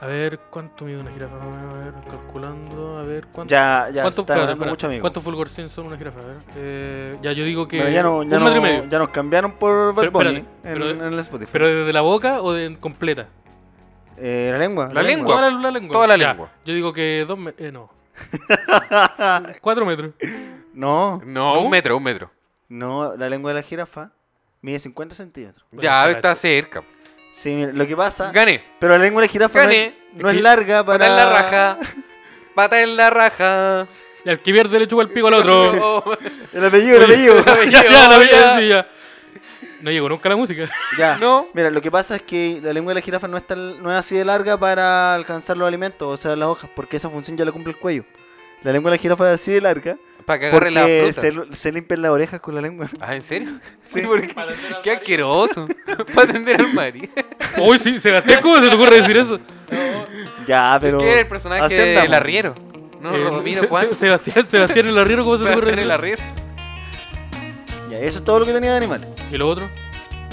Speaker 2: A ver, ¿cuánto mide una jirafa? A ver, calculando, a ver, ¿cuánto?
Speaker 3: Ya, ya, se
Speaker 2: ¿cuánto,
Speaker 3: está
Speaker 2: espera,
Speaker 3: hablando
Speaker 2: espera,
Speaker 3: mucho, amigo.
Speaker 2: ¿Cuántos Fulgorcín son una jirafa? A ver, eh, ya, yo digo que.
Speaker 3: Pero ya, no, ya,
Speaker 2: un metro y
Speaker 3: no-
Speaker 2: medio.
Speaker 3: ya nos cambiaron por Bad
Speaker 2: Pero
Speaker 3: Bunny
Speaker 2: espérate,
Speaker 3: en,
Speaker 2: pero-
Speaker 3: en el Spotify.
Speaker 2: Pero desde la boca o de completa.
Speaker 3: Eh, la lengua.
Speaker 4: La lengua.
Speaker 2: Toda la, la lengua.
Speaker 4: Toda la
Speaker 2: Ya,
Speaker 4: lengua.
Speaker 2: Yo digo que dos metros. no. Cuatro metros.
Speaker 3: No,
Speaker 4: No, un metro, un metro.
Speaker 3: no, la lengua de la jirafa mide 50 centímetros.
Speaker 2: Bueno,
Speaker 4: ya,
Speaker 2: se la
Speaker 4: está
Speaker 2: echo.
Speaker 4: cerca.
Speaker 3: Sí, mira, lo que pasa.
Speaker 4: Gané.
Speaker 3: Pero la lengua de la jirafa no es,
Speaker 4: Gané.
Speaker 3: no es larga para.
Speaker 4: Pata en la raja. Pata en la raja.
Speaker 2: Y al que pierde le chupa el pico al otro.
Speaker 4: Oh,
Speaker 3: El apellido, el apellido.
Speaker 2: ya, ya, la
Speaker 4: oh,
Speaker 2: vi-
Speaker 4: ya.
Speaker 2: sí, ya. No llegó nunca la música.
Speaker 3: Ya.
Speaker 4: No.
Speaker 3: Mira, lo que pasa es que la lengua de la jirafa no es, tan- no es así de larga para alcanzar los alimentos, o sea, las hojas, porque esa función ya la cumple el cuello. La lengua de la jirafa es así de larga
Speaker 4: Para que agarre la
Speaker 3: porque
Speaker 4: fruta.
Speaker 3: se, se limpian las orejas con la lengua.
Speaker 4: Ah, ¿en serio?
Speaker 3: Sí.
Speaker 4: Uy, ¿por qué?
Speaker 2: Para atender al
Speaker 4: Qué
Speaker 2: marido.
Speaker 4: asqueroso. Para atender al marido.
Speaker 2: Uy, sí, se gasté. ¿Cómo se te ocurre decir eso?
Speaker 3: Ya, pero...
Speaker 4: ¿Qué era el personaje
Speaker 3: ascendamos.
Speaker 4: del arriero? No,
Speaker 2: Eh,
Speaker 4: Rodomiro,
Speaker 2: Se-
Speaker 4: Juan.
Speaker 2: Se- Sebastián, Sebastián el arriero, ¿cómo se te ocurre
Speaker 4: Sebastián el
Speaker 2: decir?
Speaker 4: arriero.
Speaker 3: Ya, eso es todo lo que tenía de animal.
Speaker 2: ¿Y lo otro?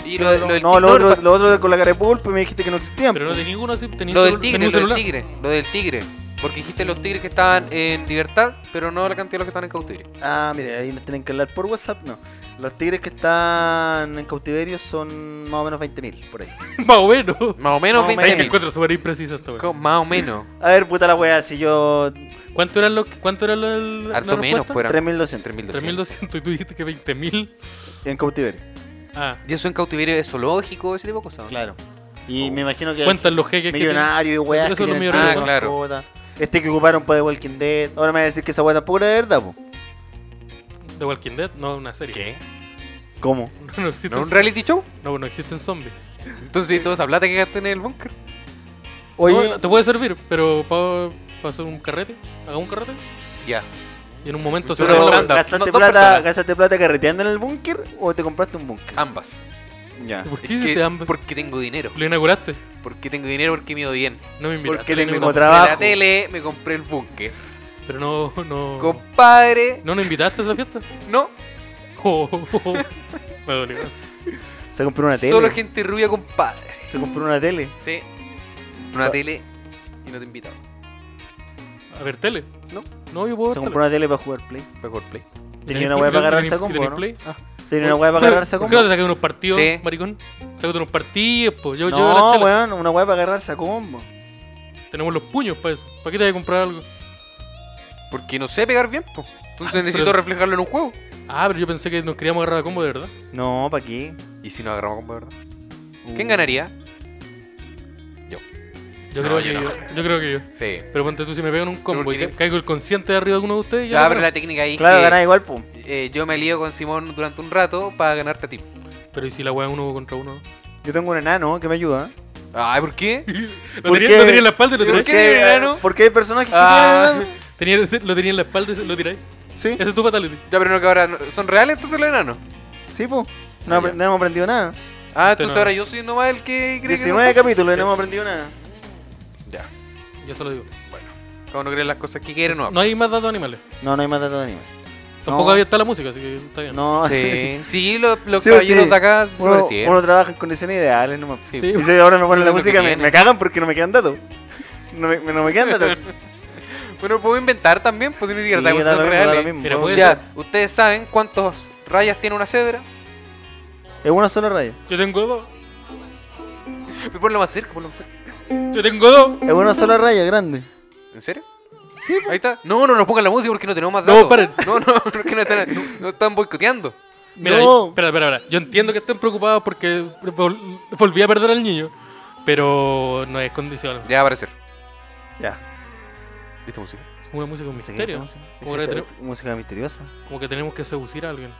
Speaker 4: Y lo, lo del
Speaker 3: no, lo
Speaker 4: tigre,
Speaker 3: otro, lo otro con la cara de pulpo y me dijiste que no existían. pues.
Speaker 2: Pero no tenía ninguno así. Tenía
Speaker 4: lo
Speaker 2: un
Speaker 4: del
Speaker 2: celu-
Speaker 4: tigre,
Speaker 2: tenía un
Speaker 4: lo del
Speaker 2: celular.
Speaker 4: tigre, lo del tigre. Porque dijiste los tigres que estaban en libertad, pero no la cantidad de los que están en cautiverio.
Speaker 3: Ah, mira, ahí nos tienen que hablar por WhatsApp, no. Los tigres que están en cautiverio son más o menos 20.000, por ahí.
Speaker 2: Más o menos.
Speaker 4: Más o menos
Speaker 3: Más o
Speaker 2: Sabes que
Speaker 4: 20
Speaker 2: encuentro súper imprecisa esta wea.
Speaker 4: Más o menos.
Speaker 3: A ver, puta la wea, si yo...
Speaker 2: ¿Cuánto eran los cuánto era lo del-
Speaker 4: Harto
Speaker 2: la
Speaker 4: menos,
Speaker 2: respuesta?
Speaker 4: pues eran
Speaker 3: 3.200
Speaker 4: 3.200.
Speaker 2: 3200 y tú dijiste que 20000.
Speaker 3: en cautiverio.
Speaker 2: Ah,
Speaker 4: Y eso en cautiverio es zoológico, ese tipo de cosas. ¿no?
Speaker 3: Claro. Y me imagino que...
Speaker 2: cuentan los jeques que
Speaker 3: Millonario y weas que
Speaker 2: Eso es lo
Speaker 3: tienen
Speaker 2: millonario.
Speaker 3: todas
Speaker 4: Ah,
Speaker 3: las
Speaker 4: claro.
Speaker 3: cosas. Este que ocuparon para The Walking Dead. Ahora me va a decir que esa wea tampoco era de verdad, po.
Speaker 2: tienen The Walking Dead, no una serie.
Speaker 4: ¿Qué?
Speaker 3: ¿Cómo?
Speaker 2: No, no existen.
Speaker 4: ¿No un reality show?
Speaker 2: no, no existen zombies.
Speaker 4: Entonces, ¿y toda esa plata que gasté en el búnker?
Speaker 3: Oye,
Speaker 2: No, te puede servir, pero para hacer un carrete, haga un carrete
Speaker 4: Ya.
Speaker 2: y en un momento se
Speaker 4: Pero-
Speaker 2: va a
Speaker 4: Holanda,
Speaker 3: ¿gastaste,
Speaker 4: no, dos
Speaker 3: plata,
Speaker 4: personas.
Speaker 3: ¿gastaste plata carreteando en el búnker o te compraste un búnker?
Speaker 4: Ambas.
Speaker 3: Ya.
Speaker 2: ¿Por qué
Speaker 4: Es
Speaker 2: hiciste
Speaker 4: que-
Speaker 2: ambas?
Speaker 4: Porque tengo dinero.
Speaker 2: Lo inauguraste.
Speaker 4: Porque tengo dinero, porque mido bien.
Speaker 2: No me invitaste.
Speaker 3: Porque
Speaker 2: lo
Speaker 3: tengo
Speaker 2: inauguraste.
Speaker 3: Trabajo.
Speaker 4: De la tele me compré el búnker.
Speaker 2: Pero no no
Speaker 4: Compadre,
Speaker 2: no nos invitaste a esa fiesta.
Speaker 4: no.
Speaker 2: Oh, oh, oh. Me dolió.
Speaker 3: Se compró una tele.
Speaker 4: Solo gente rubia, compadre.
Speaker 3: Se compró una tele.
Speaker 4: Sí. Una
Speaker 3: Ah.
Speaker 4: tele y no te invitaba.
Speaker 2: A ver tele.
Speaker 4: No.
Speaker 2: No, yo puedo
Speaker 3: Se
Speaker 2: ver
Speaker 3: compró una tele para jugar Play.
Speaker 4: Mejor play.
Speaker 2: tele.
Speaker 3: Tenía una wea para agarrarse a
Speaker 2: ¿Tenés
Speaker 3: combo, ¿no?
Speaker 2: Play?
Speaker 3: Tenía una wea para agarrarse a
Speaker 2: ¿Por qué no te
Speaker 3: combo.
Speaker 2: saqué unos partidos,
Speaker 4: Sí.
Speaker 2: maricón? Sácate unos partidos, po. Yo, yo la
Speaker 3: No,
Speaker 2: chela.
Speaker 3: weón, una wea para agarrarse a combo.
Speaker 2: Tenemos los puños para eso. ¿Para qué te vas a comprar algo?
Speaker 4: Porque no sé pegar bien, po. Entonces necesito
Speaker 2: Ah, pero-
Speaker 4: reflejarlo en un juego.
Speaker 2: Ah, pero yo pensé que nos queríamos agarrar a combo de verdad.
Speaker 3: No, ¿para qué?
Speaker 4: ¿Y si nos agarramos combo, de verdad? ¿Quién
Speaker 3: Uh,
Speaker 4: ganaría?
Speaker 2: Yo
Speaker 4: No,
Speaker 2: creo
Speaker 4: yo
Speaker 2: que
Speaker 4: no.
Speaker 2: yo. Yo creo que yo.
Speaker 4: Sí.
Speaker 2: Pero ponte tú si me pegan un combo y
Speaker 4: porque-
Speaker 2: ca- caigo el consciente de arriba de alguno de ustedes.
Speaker 4: Ya,
Speaker 2: Ya,
Speaker 4: pero
Speaker 2: pero,
Speaker 4: la técnica ahí es
Speaker 3: Uh. Claro,
Speaker 4: que,
Speaker 3: ganás igual, pum.
Speaker 4: eh, yo me lío con Simón durante un rato para ganarte a ti.
Speaker 2: pero ¿y si la weá es uno contra uno?
Speaker 3: Yo tengo un enano que me ayuda.
Speaker 4: Ay, ¿por qué?
Speaker 2: Lo tenía,
Speaker 3: qué?
Speaker 2: lo tenía en la espalda y lo
Speaker 4: ¿Por
Speaker 2: tiráis.
Speaker 4: qué hay un enano?
Speaker 3: Porque hay personajes que
Speaker 4: Ah.
Speaker 3: tienen enano.
Speaker 2: Tenía- lo tenía en la espalda y se- lo tiráis.
Speaker 3: Sí,
Speaker 2: Ese es tu fatality.
Speaker 4: Ya, pero no que ahora no- son reales entonces los enanos.
Speaker 3: sí, po. No, apre- no hemos aprendido nada.
Speaker 4: Ah, entonces
Speaker 2: Este no.
Speaker 4: ahora yo soy nomás el que cree que son
Speaker 3: 19 capítulos y no hemos aprendido nada.
Speaker 4: fáciles. Ya,
Speaker 2: Yo se lo digo.
Speaker 4: bueno. Cada uno cree las cosas que quiere, no.
Speaker 2: No hay más datos animales.
Speaker 3: No, no hay más datos de anime.
Speaker 2: Tampoco
Speaker 3: No.
Speaker 2: había está la música, así que está bien.
Speaker 3: No,
Speaker 4: Sí, sí, los, los
Speaker 3: Sí o
Speaker 4: caballeros
Speaker 3: sí.
Speaker 4: de acá se
Speaker 3: Uno,
Speaker 4: parecían.
Speaker 3: uno trabaja en condiciones ideales nomás.
Speaker 4: Sí.
Speaker 2: Sí.
Speaker 3: Y si ahora me ponen la
Speaker 4: Lo que
Speaker 3: música, me,
Speaker 4: viene.
Speaker 3: me cagan porque no me quedan datos. No me, no me quedan datos.
Speaker 4: Bueno, puedo inventar también, pues si ni siquiera
Speaker 3: Sí,
Speaker 4: sabemos si
Speaker 3: da
Speaker 4: son
Speaker 3: lo mismo, da lo
Speaker 4: reales.
Speaker 3: mismo.
Speaker 2: Mira,
Speaker 3: Bueno,
Speaker 2: puede
Speaker 3: ya.
Speaker 2: ser.
Speaker 4: Ya, ustedes saben cuántas rayas tiene una cebra.
Speaker 3: Es una sola radio.
Speaker 2: Yo tengo dos.
Speaker 4: Pero Ponlo más cerca, ponlo más cerca.
Speaker 2: Yo tengo dos.
Speaker 3: Es una sola raya grande.
Speaker 4: ¿En serio? Sí,
Speaker 3: pues.
Speaker 4: ahí está. No, no nos pongan la música porque no tenemos más
Speaker 2: No,
Speaker 4: datos.
Speaker 2: paren.
Speaker 4: No, no, porque no están, no están boicoteando.
Speaker 2: Mira,
Speaker 3: No.
Speaker 2: yo- espera, espera, espera. Yo entiendo que estén preocupados porque vol- volví a perder al niño, pero no es condicional.
Speaker 4: Ya va a aparecer.
Speaker 3: Ya.
Speaker 4: ¿Viste música?
Speaker 2: Es una música con
Speaker 3: No sé qué
Speaker 2: misterio.
Speaker 3: es esta música.
Speaker 2: Como,
Speaker 3: Es
Speaker 2: que
Speaker 3: esta música misteriosa.
Speaker 2: tenemos- como que tenemos que seducir a alguien.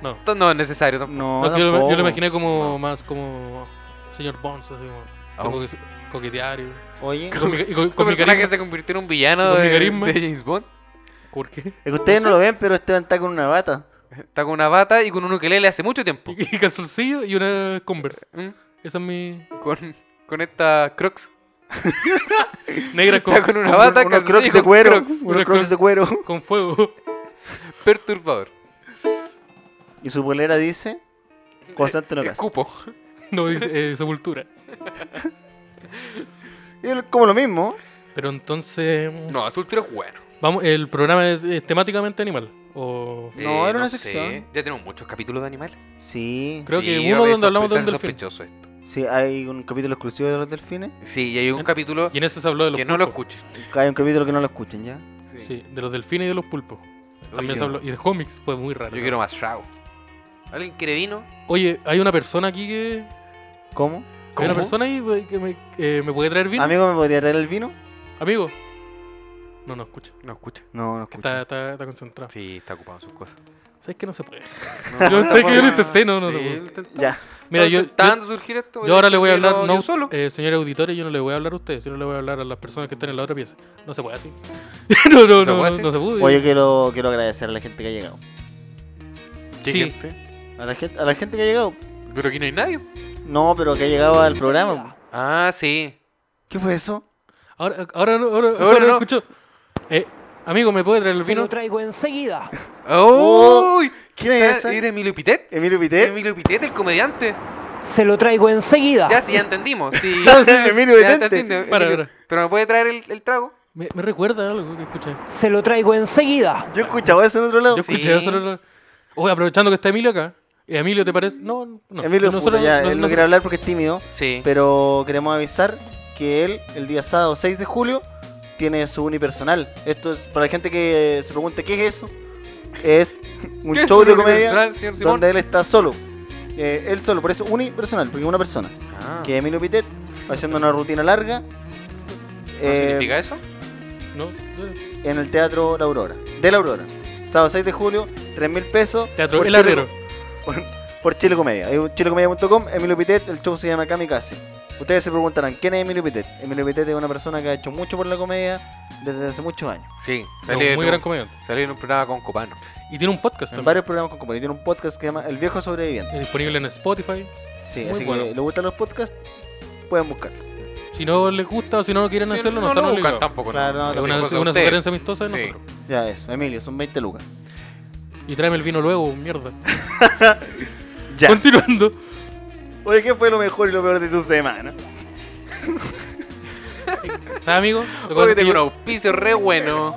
Speaker 2: No.
Speaker 4: Esto no Este es necesario tampoco.
Speaker 3: No,
Speaker 2: No, que yo, lo- yo
Speaker 3: tampoco.
Speaker 2: lo imaginé como más como señor Bonds, así como
Speaker 4: Ah,
Speaker 2: tengo que se- coquetear y,
Speaker 3: Oye,
Speaker 2: y con mi, y con-
Speaker 4: Este
Speaker 2: con mi
Speaker 4: personaje
Speaker 2: carisma.
Speaker 4: se convirtió en un villano
Speaker 2: Con mi
Speaker 4: de,
Speaker 2: carisma.
Speaker 4: de James Bond.
Speaker 2: ¿Por qué?
Speaker 3: es que ustedes no lo ven, pero Esteban está con una bata.
Speaker 4: Está con una bata y con un ukelele hace mucho tiempo.
Speaker 2: Y calzoncillo y una Converse.
Speaker 4: ¿Mm?
Speaker 2: Esa es mi
Speaker 4: Con, con esta Crocs.
Speaker 2: negra con,
Speaker 4: Está con una bata,
Speaker 3: unos
Speaker 4: calzoncillo y
Speaker 3: crocs de
Speaker 4: con
Speaker 3: cuero.
Speaker 4: Crocs.
Speaker 3: Unos
Speaker 2: Unos
Speaker 3: crocs de cuero.
Speaker 2: con fuego.
Speaker 4: Perturbador.
Speaker 3: Y su polera dice... Constante
Speaker 2: Eh,
Speaker 3: no casa.
Speaker 4: Escupo.
Speaker 2: No dice eh, sepultura.
Speaker 3: Y es como lo mismo.
Speaker 2: Pero entonces
Speaker 4: No, Sepultura es bueno.
Speaker 2: vamos el programa es, es temáticamente animal o
Speaker 3: No, era una
Speaker 4: Eh, sé.
Speaker 3: sección.
Speaker 4: Ya tenemos muchos capítulos de animales.
Speaker 3: Sí.
Speaker 2: Creo que
Speaker 4: Sí,
Speaker 2: uno
Speaker 4: oye,
Speaker 2: donde hablamos de
Speaker 4: sospe-
Speaker 2: un
Speaker 4: sospechoso esto.
Speaker 3: Sí, hay un capítulo exclusivo de los delfines.
Speaker 4: Sí, y hay un
Speaker 2: En-
Speaker 4: capítulo
Speaker 2: Y en ese se habló de los
Speaker 4: que no lo
Speaker 2: pulpos.
Speaker 4: escuchen.
Speaker 3: Hay un capítulo que no lo escuchen ya.
Speaker 2: Sí, de los delfines y de los pulpos. También
Speaker 3: sí.
Speaker 2: se habló. Y de cómics fue muy raro.
Speaker 4: Yo quiero más Shroud. ¿Alguien quiere vino?
Speaker 2: Oye, hay una persona aquí que.
Speaker 3: ¿Cómo?
Speaker 2: Hay una
Speaker 4: ¿Cómo?
Speaker 2: persona ahí güey, que me, eh, me puede traer vino.
Speaker 3: Amigo, ¿me podría traer el vino?
Speaker 2: Amigo. No, no escucha.
Speaker 4: No escucha.
Speaker 3: No, no
Speaker 2: Que
Speaker 3: escucho.
Speaker 2: está, está, está concentrado.
Speaker 4: Sí, está ocupado en sus cosas.
Speaker 2: ¿Sabes que no se puede?
Speaker 4: No,
Speaker 2: Yo
Speaker 4: no
Speaker 2: sé que yo
Speaker 4: puedo.
Speaker 2: lo intenté, no, no
Speaker 4: Sí,
Speaker 2: se puede.
Speaker 4: lo intentó.
Speaker 3: Ya.
Speaker 2: Mira,
Speaker 4: Estaba
Speaker 2: yo, yo,
Speaker 4: intentando surgir esto.
Speaker 2: yo ahora le voy a
Speaker 4: yo
Speaker 2: hablar, no,
Speaker 4: yo solo.
Speaker 2: eh, señores auditores, yo no le voy a hablar a ustedes, yo no le voy a hablar a las personas que están en la otra pieza. No se puede así. no, no,
Speaker 4: ¿Se
Speaker 2: no,
Speaker 4: puede
Speaker 2: no,
Speaker 4: así?
Speaker 2: no se puede.
Speaker 3: Oye, quiero, quiero agradecer a la gente que ha llegado.
Speaker 4: ¿Qué
Speaker 2: sí.
Speaker 4: gente?
Speaker 3: A la gente, a la gente que ha llegado.
Speaker 4: Pero aquí no hay nadie.
Speaker 3: No, pero que ha llegado al programa.
Speaker 4: Ah, sí.
Speaker 3: ¿Qué fue eso?
Speaker 2: ahora, ahora, no, ahora, ahora,
Speaker 4: Ahora no.
Speaker 2: escucho. Eh, amigo, ¿me puede traer el
Speaker 1: Se
Speaker 2: vino?
Speaker 1: lo traigo enseguida.
Speaker 3: Oh,
Speaker 4: ¡Uy!
Speaker 3: ¿quién es
Speaker 4: ¿Está-
Speaker 3: ese?
Speaker 4: ¿Era Emilio Pitet?
Speaker 3: Emilio Pitet.
Speaker 4: Emilio Pitet, el comediante.
Speaker 1: Se lo traigo enseguida.
Speaker 4: Ya, sí, ya entendimos. Sí,
Speaker 3: Ya, sí, Emilio
Speaker 4: ya
Speaker 3: Vidente.
Speaker 4: entendimos,
Speaker 2: Ah. Para,
Speaker 4: Emilio.
Speaker 2: para.
Speaker 4: Pero me puede traer el, el trago.
Speaker 2: Me, me recuerda algo que escuché.
Speaker 1: Se lo traigo enseguida.
Speaker 3: Yo escuchaba eso en otro lado.
Speaker 2: Yo
Speaker 4: Sí.
Speaker 2: escuché eso. no, no. Oye, aprovechando que está Emilio acá. eh, Emilio, ¿te parece? No, no.
Speaker 3: Emilio,
Speaker 2: nosotros-
Speaker 3: puta, ya,
Speaker 2: nos-
Speaker 3: él no
Speaker 2: nos-
Speaker 3: quiere hablar porque es tímido,
Speaker 4: Sí.
Speaker 3: pero queremos avisar que él, el día sábado 6 de julio, tiene su unipersonal. Esto es para la gente que se pregunte qué es eso. Es un
Speaker 4: ¿Qué es
Speaker 3: show de
Speaker 4: un
Speaker 3: comedia
Speaker 4: unipersonal, señor Simón?
Speaker 3: donde él está solo. Eh, él solo, por eso unipersonal, porque es una persona.
Speaker 4: Ah,
Speaker 3: Que es Emilio Pitet, haciendo una rutina larga.
Speaker 4: ¿No
Speaker 3: eh,
Speaker 4: significa eso?
Speaker 2: no, no.
Speaker 3: en el Teatro La Aurora. De La Aurora. Sábado 6 de julio, 3 mil pesos.
Speaker 2: Teatro
Speaker 3: por
Speaker 2: El
Speaker 3: Chile-
Speaker 2: Arriero.
Speaker 3: Por, por Chile Comedia. Eh, Chilecomedia.com, Emilio Pitet, el show se llama Kamikaze. Ustedes se preguntarán, ¿quién es Emilio Pitet? Emilio Pitet es una persona que ha hecho mucho por la comedia desde hace muchos años.
Speaker 4: Sí.
Speaker 2: No,
Speaker 4: Salió, en
Speaker 2: muy
Speaker 4: un-
Speaker 2: gran comediante.
Speaker 4: salió en un programa con Copano.
Speaker 2: Y tiene un podcast
Speaker 3: En
Speaker 2: también.
Speaker 3: varios programas con comedia. Tiene un podcast que se llama El Viejo Sobreviviente.
Speaker 2: eh, disponible en Spotify.
Speaker 3: Sí,
Speaker 2: Muy
Speaker 3: así
Speaker 2: bueno.
Speaker 3: que les gustan los podcasts, pueden buscarlo.
Speaker 2: Si no les gusta o si no quieren hacerlo, no,
Speaker 4: no
Speaker 2: están
Speaker 4: lo buscan
Speaker 2: obligados.
Speaker 4: tampoco.
Speaker 3: Claro, no,
Speaker 4: Esa
Speaker 2: Es
Speaker 3: tampoco.
Speaker 4: cosa
Speaker 2: una,
Speaker 4: de
Speaker 2: es una
Speaker 4: ustedes.
Speaker 2: sugerencia amistosa de
Speaker 4: Sí.
Speaker 2: nosotros.
Speaker 3: Ya eso, Emilio, son 20 lucas.
Speaker 2: Y tráeme el vino luego, mierda.
Speaker 3: Ya.
Speaker 2: Continuando.
Speaker 3: Oye, ¿qué fue lo mejor y lo peor de tu semana?
Speaker 2: ¿Sabes, amigo? Lo que pasa
Speaker 4: Oye,
Speaker 2: es que
Speaker 4: tengo un
Speaker 2: yo-
Speaker 4: auspicio re bueno.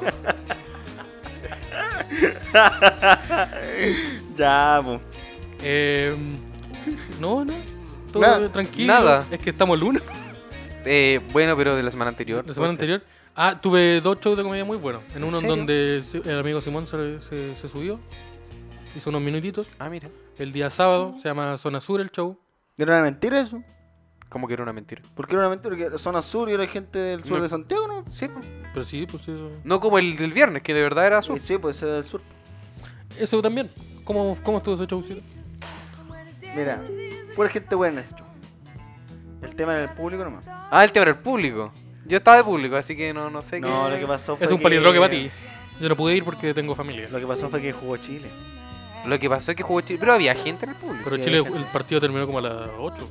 Speaker 3: Ya, po.
Speaker 2: eh, no, no. Todo
Speaker 3: Nada.
Speaker 2: tranquilo.
Speaker 4: Nada.
Speaker 2: Es que estamos lunes.
Speaker 4: Eh, bueno, pero de la semana anterior.
Speaker 2: La semana
Speaker 4: puede ser.
Speaker 2: anterior. Ah, tuve dos shows de comedia muy buenos. En uno en
Speaker 4: serio?
Speaker 2: donde se- el amigo Simón se, se- se subió. Hizo unos minutitos.
Speaker 4: Ah, mira.
Speaker 2: El día sábado se llama Zona Sur el show.
Speaker 3: ¿Era una mentira eso?
Speaker 4: Como que era una mentira.
Speaker 3: Porque era una mentira que era zona sur y era gente del sur
Speaker 4: No.
Speaker 3: de Santiago, ¿no?
Speaker 4: Sí, pues.
Speaker 2: Pero sí, pues eso.
Speaker 4: No como el del viernes, que de verdad era azul.
Speaker 3: Eh, Sí, pues es del sur.
Speaker 2: Eso también. ¿Cómo, cómo estuvo ese showcito?
Speaker 3: Mira, pura gente buena en ese show. El tema era el público nomás.
Speaker 4: Ah, el tema era el público. Yo estaba de público, así que no, no sé qué.
Speaker 3: No, lo que pasó fue
Speaker 2: Es un
Speaker 3: que-
Speaker 2: palindroque para ti. Yo no pude ir porque tengo familia.
Speaker 3: Lo que pasó fue que jugó Chile.
Speaker 4: Lo que pasó es que jugó Chile. Pero había gente en el público.
Speaker 2: Pero
Speaker 3: Sí,
Speaker 2: Chile,
Speaker 3: hay gente.
Speaker 2: el partido terminó como a las 8.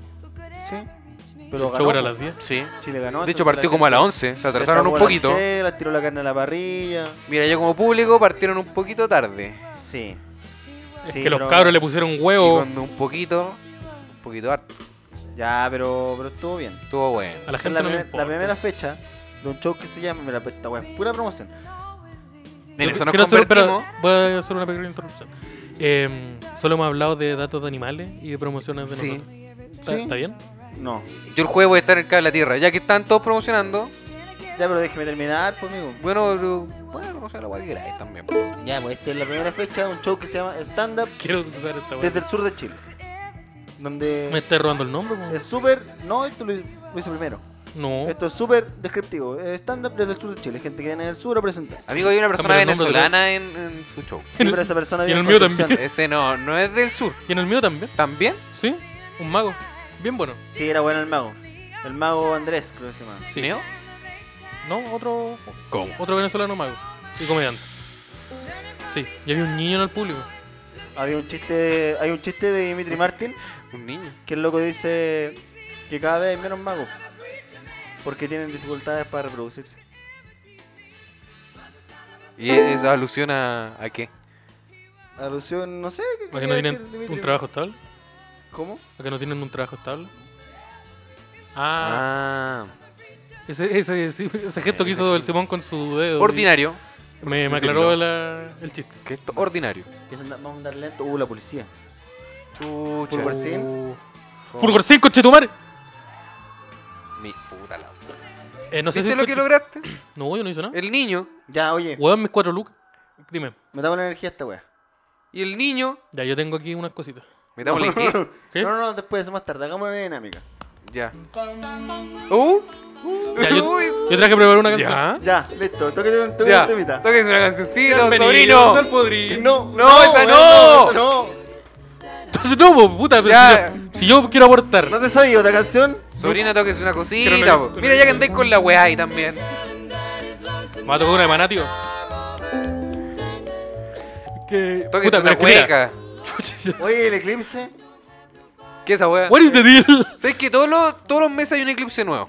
Speaker 3: Sí. Pero
Speaker 2: show
Speaker 3: ganó.
Speaker 2: era a las 10.
Speaker 4: Sí.
Speaker 3: Chile ganó.
Speaker 4: De hecho, partió como a las 11. Se atrasaron un poquito.
Speaker 3: Las tiró la carne a la parrilla.
Speaker 4: Mira, yo como público partieron un poquito tarde.
Speaker 3: Sí.
Speaker 2: Es
Speaker 3: Sí,
Speaker 2: que los
Speaker 3: pero-
Speaker 2: cabros le pusieron
Speaker 4: Y
Speaker 2: huevo.
Speaker 4: cuando un poquito, un poquito harto.
Speaker 3: Ya, pero, pero estuvo bien.
Speaker 4: Estuvo bueno.
Speaker 2: A la
Speaker 3: Esa es
Speaker 2: gente
Speaker 3: la,
Speaker 2: no le
Speaker 3: primer-
Speaker 2: importa.
Speaker 3: la primera fecha de un show que se llama. Mira, pues, esta weá es pura promoción.
Speaker 4: En eso nos
Speaker 2: Quiero hacer- pero
Speaker 4: convertimos.
Speaker 2: voy a hacer una pequeña introducción. Eh, solo hemos hablado de datos de animales y de promociones de
Speaker 4: Sí.
Speaker 2: nosotros. ¿Está,
Speaker 3: ¿Sí?
Speaker 2: está bien?
Speaker 3: No.
Speaker 4: Yo el jueves voy a estar en el Cable de la Tierra. Ya que están todos promocionando,
Speaker 3: Ya, pero déjeme terminar, pues, amigo.
Speaker 4: bueno, lo- bueno, promocionar la guay que queráis también.
Speaker 3: Ya, pues esta es la primera fecha de un show que se llama Stand Up
Speaker 2: Quiero usar esta weá.
Speaker 3: desde el sur de Chile.
Speaker 2: ¿Me
Speaker 3: Donde
Speaker 2: estás robando el nombre? po?
Speaker 3: es súper. No, esto lo hice lo hice primero.
Speaker 2: No.
Speaker 3: Esto es súper descriptivo. Eh, Stand Up desde el sur de Chile. Gente que viene del sur a presentarse.
Speaker 4: Amigo, hay una persona
Speaker 2: Cámbiale el nombre,
Speaker 4: venezolana en, en su show.
Speaker 3: Sí, pero esa persona
Speaker 2: Y
Speaker 3: viene
Speaker 2: en el
Speaker 3: de
Speaker 2: mío
Speaker 3: Concepción.
Speaker 4: Ese no, no es del sur.
Speaker 2: Y en el mío también.
Speaker 4: ¿También?
Speaker 2: Sí, un mago. Bien bueno.
Speaker 3: Sí, era bueno el mago. El mago Andrés, creo que se llama.
Speaker 2: Sí.
Speaker 4: ¿Neo?
Speaker 2: No, otro,
Speaker 4: ¿Cómo?
Speaker 2: otro venezolano mago. Y comediante. Sí, y había un niño en el público.
Speaker 3: Había un chiste, hay un chiste de Dimitri Martin
Speaker 4: Un niño.
Speaker 3: que el loco dice que cada vez hay menos magos porque tienen dificultades para reproducirse.
Speaker 4: ¿Y es alusión a, a qué?
Speaker 3: Alusión, no sé, ¿qué
Speaker 2: ¿A que
Speaker 3: quería
Speaker 2: no
Speaker 3: decir
Speaker 2: tienen
Speaker 3: Dimitri?
Speaker 2: un trabajo estable?
Speaker 3: ¿Cómo?
Speaker 2: ¿A que no tienen un trabajo estable? Ah,
Speaker 4: Ah,
Speaker 2: Ese, ese, sí, ese gesto que hizo el Simón con su dedo.
Speaker 4: ordinario.
Speaker 2: Me, me
Speaker 4: Decirlo.
Speaker 2: aclaró la- el chiste.
Speaker 4: Que esto ordinario.
Speaker 3: Que se anda- vamos a andar lento. Uh, la policía.
Speaker 4: Chucha.
Speaker 3: Fulgorcín.
Speaker 2: Oh. Fulgorcín, conchetumare.
Speaker 4: Mi puta la.
Speaker 2: Eh, no sé
Speaker 4: ¿Viste
Speaker 2: si
Speaker 4: lo que
Speaker 2: escucho- ¿Ah?
Speaker 4: lograste?
Speaker 2: No, yo no hice nada.
Speaker 4: El niño.
Speaker 3: Ya, oye,
Speaker 2: Weón, mis cuatro lucas. Dime.
Speaker 3: metamos la energía a esta wea.
Speaker 4: Y el niño.
Speaker 2: Ya, yo tengo aquí unas cositas.
Speaker 4: Metámosle
Speaker 3: no,
Speaker 4: qué.
Speaker 3: no,
Speaker 2: ¿Qué?
Speaker 3: no, no, después, más tarde, hagamos una dinámica.
Speaker 4: Ya. Uh.
Speaker 2: Ya, yo,
Speaker 4: Uy.
Speaker 2: yo traje que preparar una canción.
Speaker 3: Ya, listo, tócate un tócate
Speaker 4: Ya.
Speaker 3: un temita.
Speaker 4: Tóquense una cancioncita,
Speaker 2: Bienvenidos
Speaker 4: sobrino.
Speaker 2: al podrido.
Speaker 3: No,
Speaker 4: No, esa
Speaker 3: weón,
Speaker 4: no.
Speaker 3: no.
Speaker 2: Entonces, no, po, puta, pero
Speaker 4: Ya.
Speaker 2: si, yo, si yo quiero aportar.
Speaker 3: ¿No te sabía otra canción?
Speaker 4: Sobrino, toques una
Speaker 2: Pero
Speaker 4: cosita.
Speaker 2: no-
Speaker 4: po. Mira, ya que andáis con la weá ahí también.
Speaker 2: Me va a tocar una de maná, tío. Que.
Speaker 4: Toques
Speaker 2: puta, pero
Speaker 4: una
Speaker 2: es que mira.
Speaker 4: cueca.
Speaker 2: Chucha, ya.
Speaker 3: Oye, el eclipse.
Speaker 4: ¿Qué es esa weá?
Speaker 2: What is the deal?
Speaker 4: ¿Sabes que todos los, todos los meses hay un eclipse nuevo?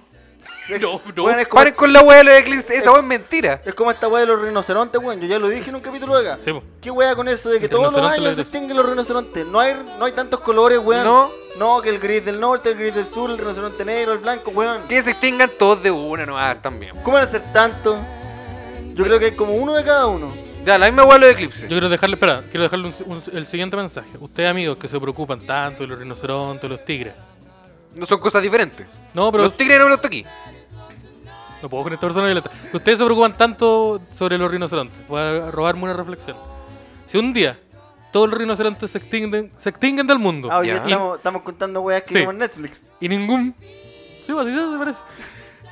Speaker 2: No, no.
Speaker 3: Weón, es, como,
Speaker 4: Paren con la weá de los eclipses. Esa weá es mentira.
Speaker 3: es como esta wea de los rinocerontes, weón. Yo ya lo dije en un capítulo acá.
Speaker 2: Sí, po.
Speaker 3: ¿Qué wea con eso de que todos los
Speaker 2: Rinoceronte
Speaker 3: años
Speaker 2: lo
Speaker 3: se
Speaker 2: dice.
Speaker 3: extinguen los rinocerontes? No hay, no hay tantos colores, weón.
Speaker 4: No.
Speaker 3: No, que el gris del norte, el gris del sur, el rinoceronte negro, el blanco, weón.
Speaker 4: Que se extingan todos de una nomás también.
Speaker 3: ¿Cómo van a ser tantos? Yo creo que hay como uno de cada uno.
Speaker 4: Ya, la misma weá de los eclipses.
Speaker 2: Yo quiero dejarle, espera, quiero dejarle un- un- el siguiente mensaje. Ustedes, amigos, que se preocupan tanto de los rinocerontes, de los tigres.
Speaker 4: No son cosas diferentes.
Speaker 2: No, pero
Speaker 4: Los tigres no me los toqué.
Speaker 2: no puedo con esta persona violenta. Que ustedes se preocupan tanto sobre los rinocerontes. Voy a robarme una reflexión. Si un día todos los rinocerontes se extinguen, se extinguen del mundo
Speaker 3: Ah, oye,
Speaker 4: Ya.
Speaker 3: estamos, estamos contando weas que
Speaker 2: Sí.
Speaker 3: vimos en Netflix.
Speaker 2: y ningún. Sí, pues, así se se parece.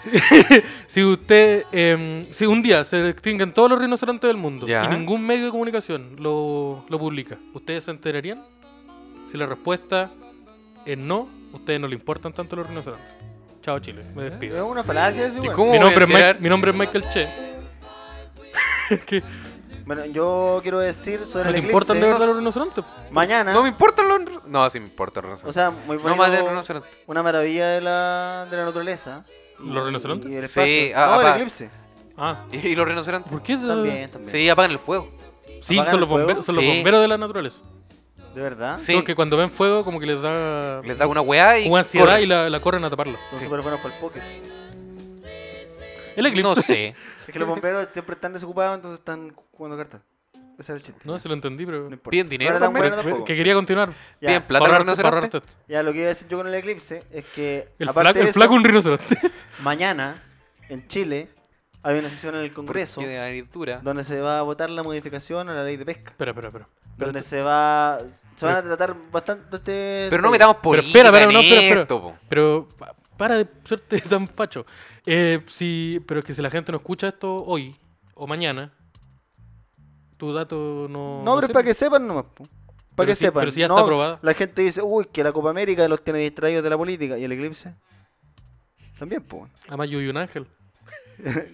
Speaker 2: Si, si usted. em, si un día se extinguen todos los rinocerontes del mundo
Speaker 4: Ya.
Speaker 2: y ningún medio de comunicación lo, lo publica, ¿ustedes se enterarían? Si la respuesta es no, ustedes no le importan tanto los rinocerontes. Chao, Chile. Me
Speaker 3: Es
Speaker 2: despido.
Speaker 3: una falacia ese,
Speaker 4: ¿Y
Speaker 3: weón.
Speaker 4: cómo?
Speaker 2: Mi
Speaker 4: voy a
Speaker 2: nombre, es Mike-
Speaker 4: enterar?
Speaker 2: mi nombre es Michael Che. ¿Qué?
Speaker 3: Bueno, yo quiero decir sobre
Speaker 2: ¿No
Speaker 3: el
Speaker 2: te
Speaker 3: eclipse.
Speaker 2: importan de verdad los rinocerontes?
Speaker 3: Mañana.
Speaker 2: Ah.
Speaker 4: No me importan los. No, sí me importan los
Speaker 3: O
Speaker 4: rinocerontes.
Speaker 3: sea, muy bonito.
Speaker 4: no más de rinocerontes.
Speaker 3: Una maravilla de la, de la naturaleza. Y-
Speaker 2: ¿Los rinocerontes?
Speaker 3: Y el
Speaker 4: Sí,
Speaker 3: espacio.
Speaker 4: ah,
Speaker 3: no, el
Speaker 4: apa.
Speaker 3: eclipse.
Speaker 2: Ah,
Speaker 4: ¿Y, y los rinocerontes?
Speaker 2: ¿por qué?
Speaker 3: También, también.
Speaker 4: Sí, apagan el fuego.
Speaker 2: Sí,
Speaker 3: ¿Apagan
Speaker 2: son
Speaker 3: el
Speaker 2: los,
Speaker 3: fuego?
Speaker 2: bomberos, son los
Speaker 4: Sí.
Speaker 2: bomberos de la naturaleza.
Speaker 3: ¿De verdad?
Speaker 4: Sí.
Speaker 2: Porque cuando ven fuego, como que les da
Speaker 4: Les da una weá y.
Speaker 2: una ansiedad
Speaker 4: corren.
Speaker 2: y la, la corren a taparla.
Speaker 3: Son
Speaker 4: Sí.
Speaker 3: súper buenos para el póker.
Speaker 2: El eclipse.
Speaker 4: No sé.
Speaker 3: Es que los bomberos siempre están desocupados, entonces están jugando cartas. Ese es el chiste.
Speaker 2: No, se lo entendí, pero.
Speaker 3: importa.
Speaker 4: Piden dinero
Speaker 3: No era tan
Speaker 4: también.
Speaker 3: bueno tampoco.
Speaker 2: Que quería continuar.
Speaker 3: Ya,
Speaker 4: Piden plata
Speaker 2: Para
Speaker 4: los
Speaker 2: ahorrarte- para
Speaker 4: rinocerontes.
Speaker 2: ahorrarte.
Speaker 3: ya, lo que iba a decir yo con el eclipse es que.
Speaker 2: El
Speaker 3: aparte
Speaker 2: flaco,
Speaker 3: de
Speaker 2: el
Speaker 3: eso,
Speaker 2: flaco un rinoceronte.
Speaker 3: Mañana, en Chile, hay una sesión en el Congreso
Speaker 4: Tiene la dura.
Speaker 3: donde se va a votar la modificación a la ley de pesca.
Speaker 2: espera, espera, espera.
Speaker 3: Donde se va. Se van a tratar bastante. este-
Speaker 4: Pero no metamos
Speaker 2: Pero
Speaker 4: política
Speaker 2: espera, espera,
Speaker 4: en
Speaker 2: no, espera, espera.
Speaker 4: esto, po.
Speaker 2: Pero pa- para de suerte tan facho. Eh, si, pero es que si la gente no escucha esto hoy o mañana, tu dato no.
Speaker 3: No, pero
Speaker 2: sirve.
Speaker 3: es para que sepan nomás. po.
Speaker 2: pues.
Speaker 3: Para
Speaker 2: Pero
Speaker 3: que
Speaker 2: si-
Speaker 3: sepan.
Speaker 2: pero si ya
Speaker 3: No,
Speaker 2: está aprobada.
Speaker 3: La gente dice, uy, que la Copa América los tiene distraídos de la política. ¿Y el eclipse? También, pues.
Speaker 2: Además, yo vi un ángel.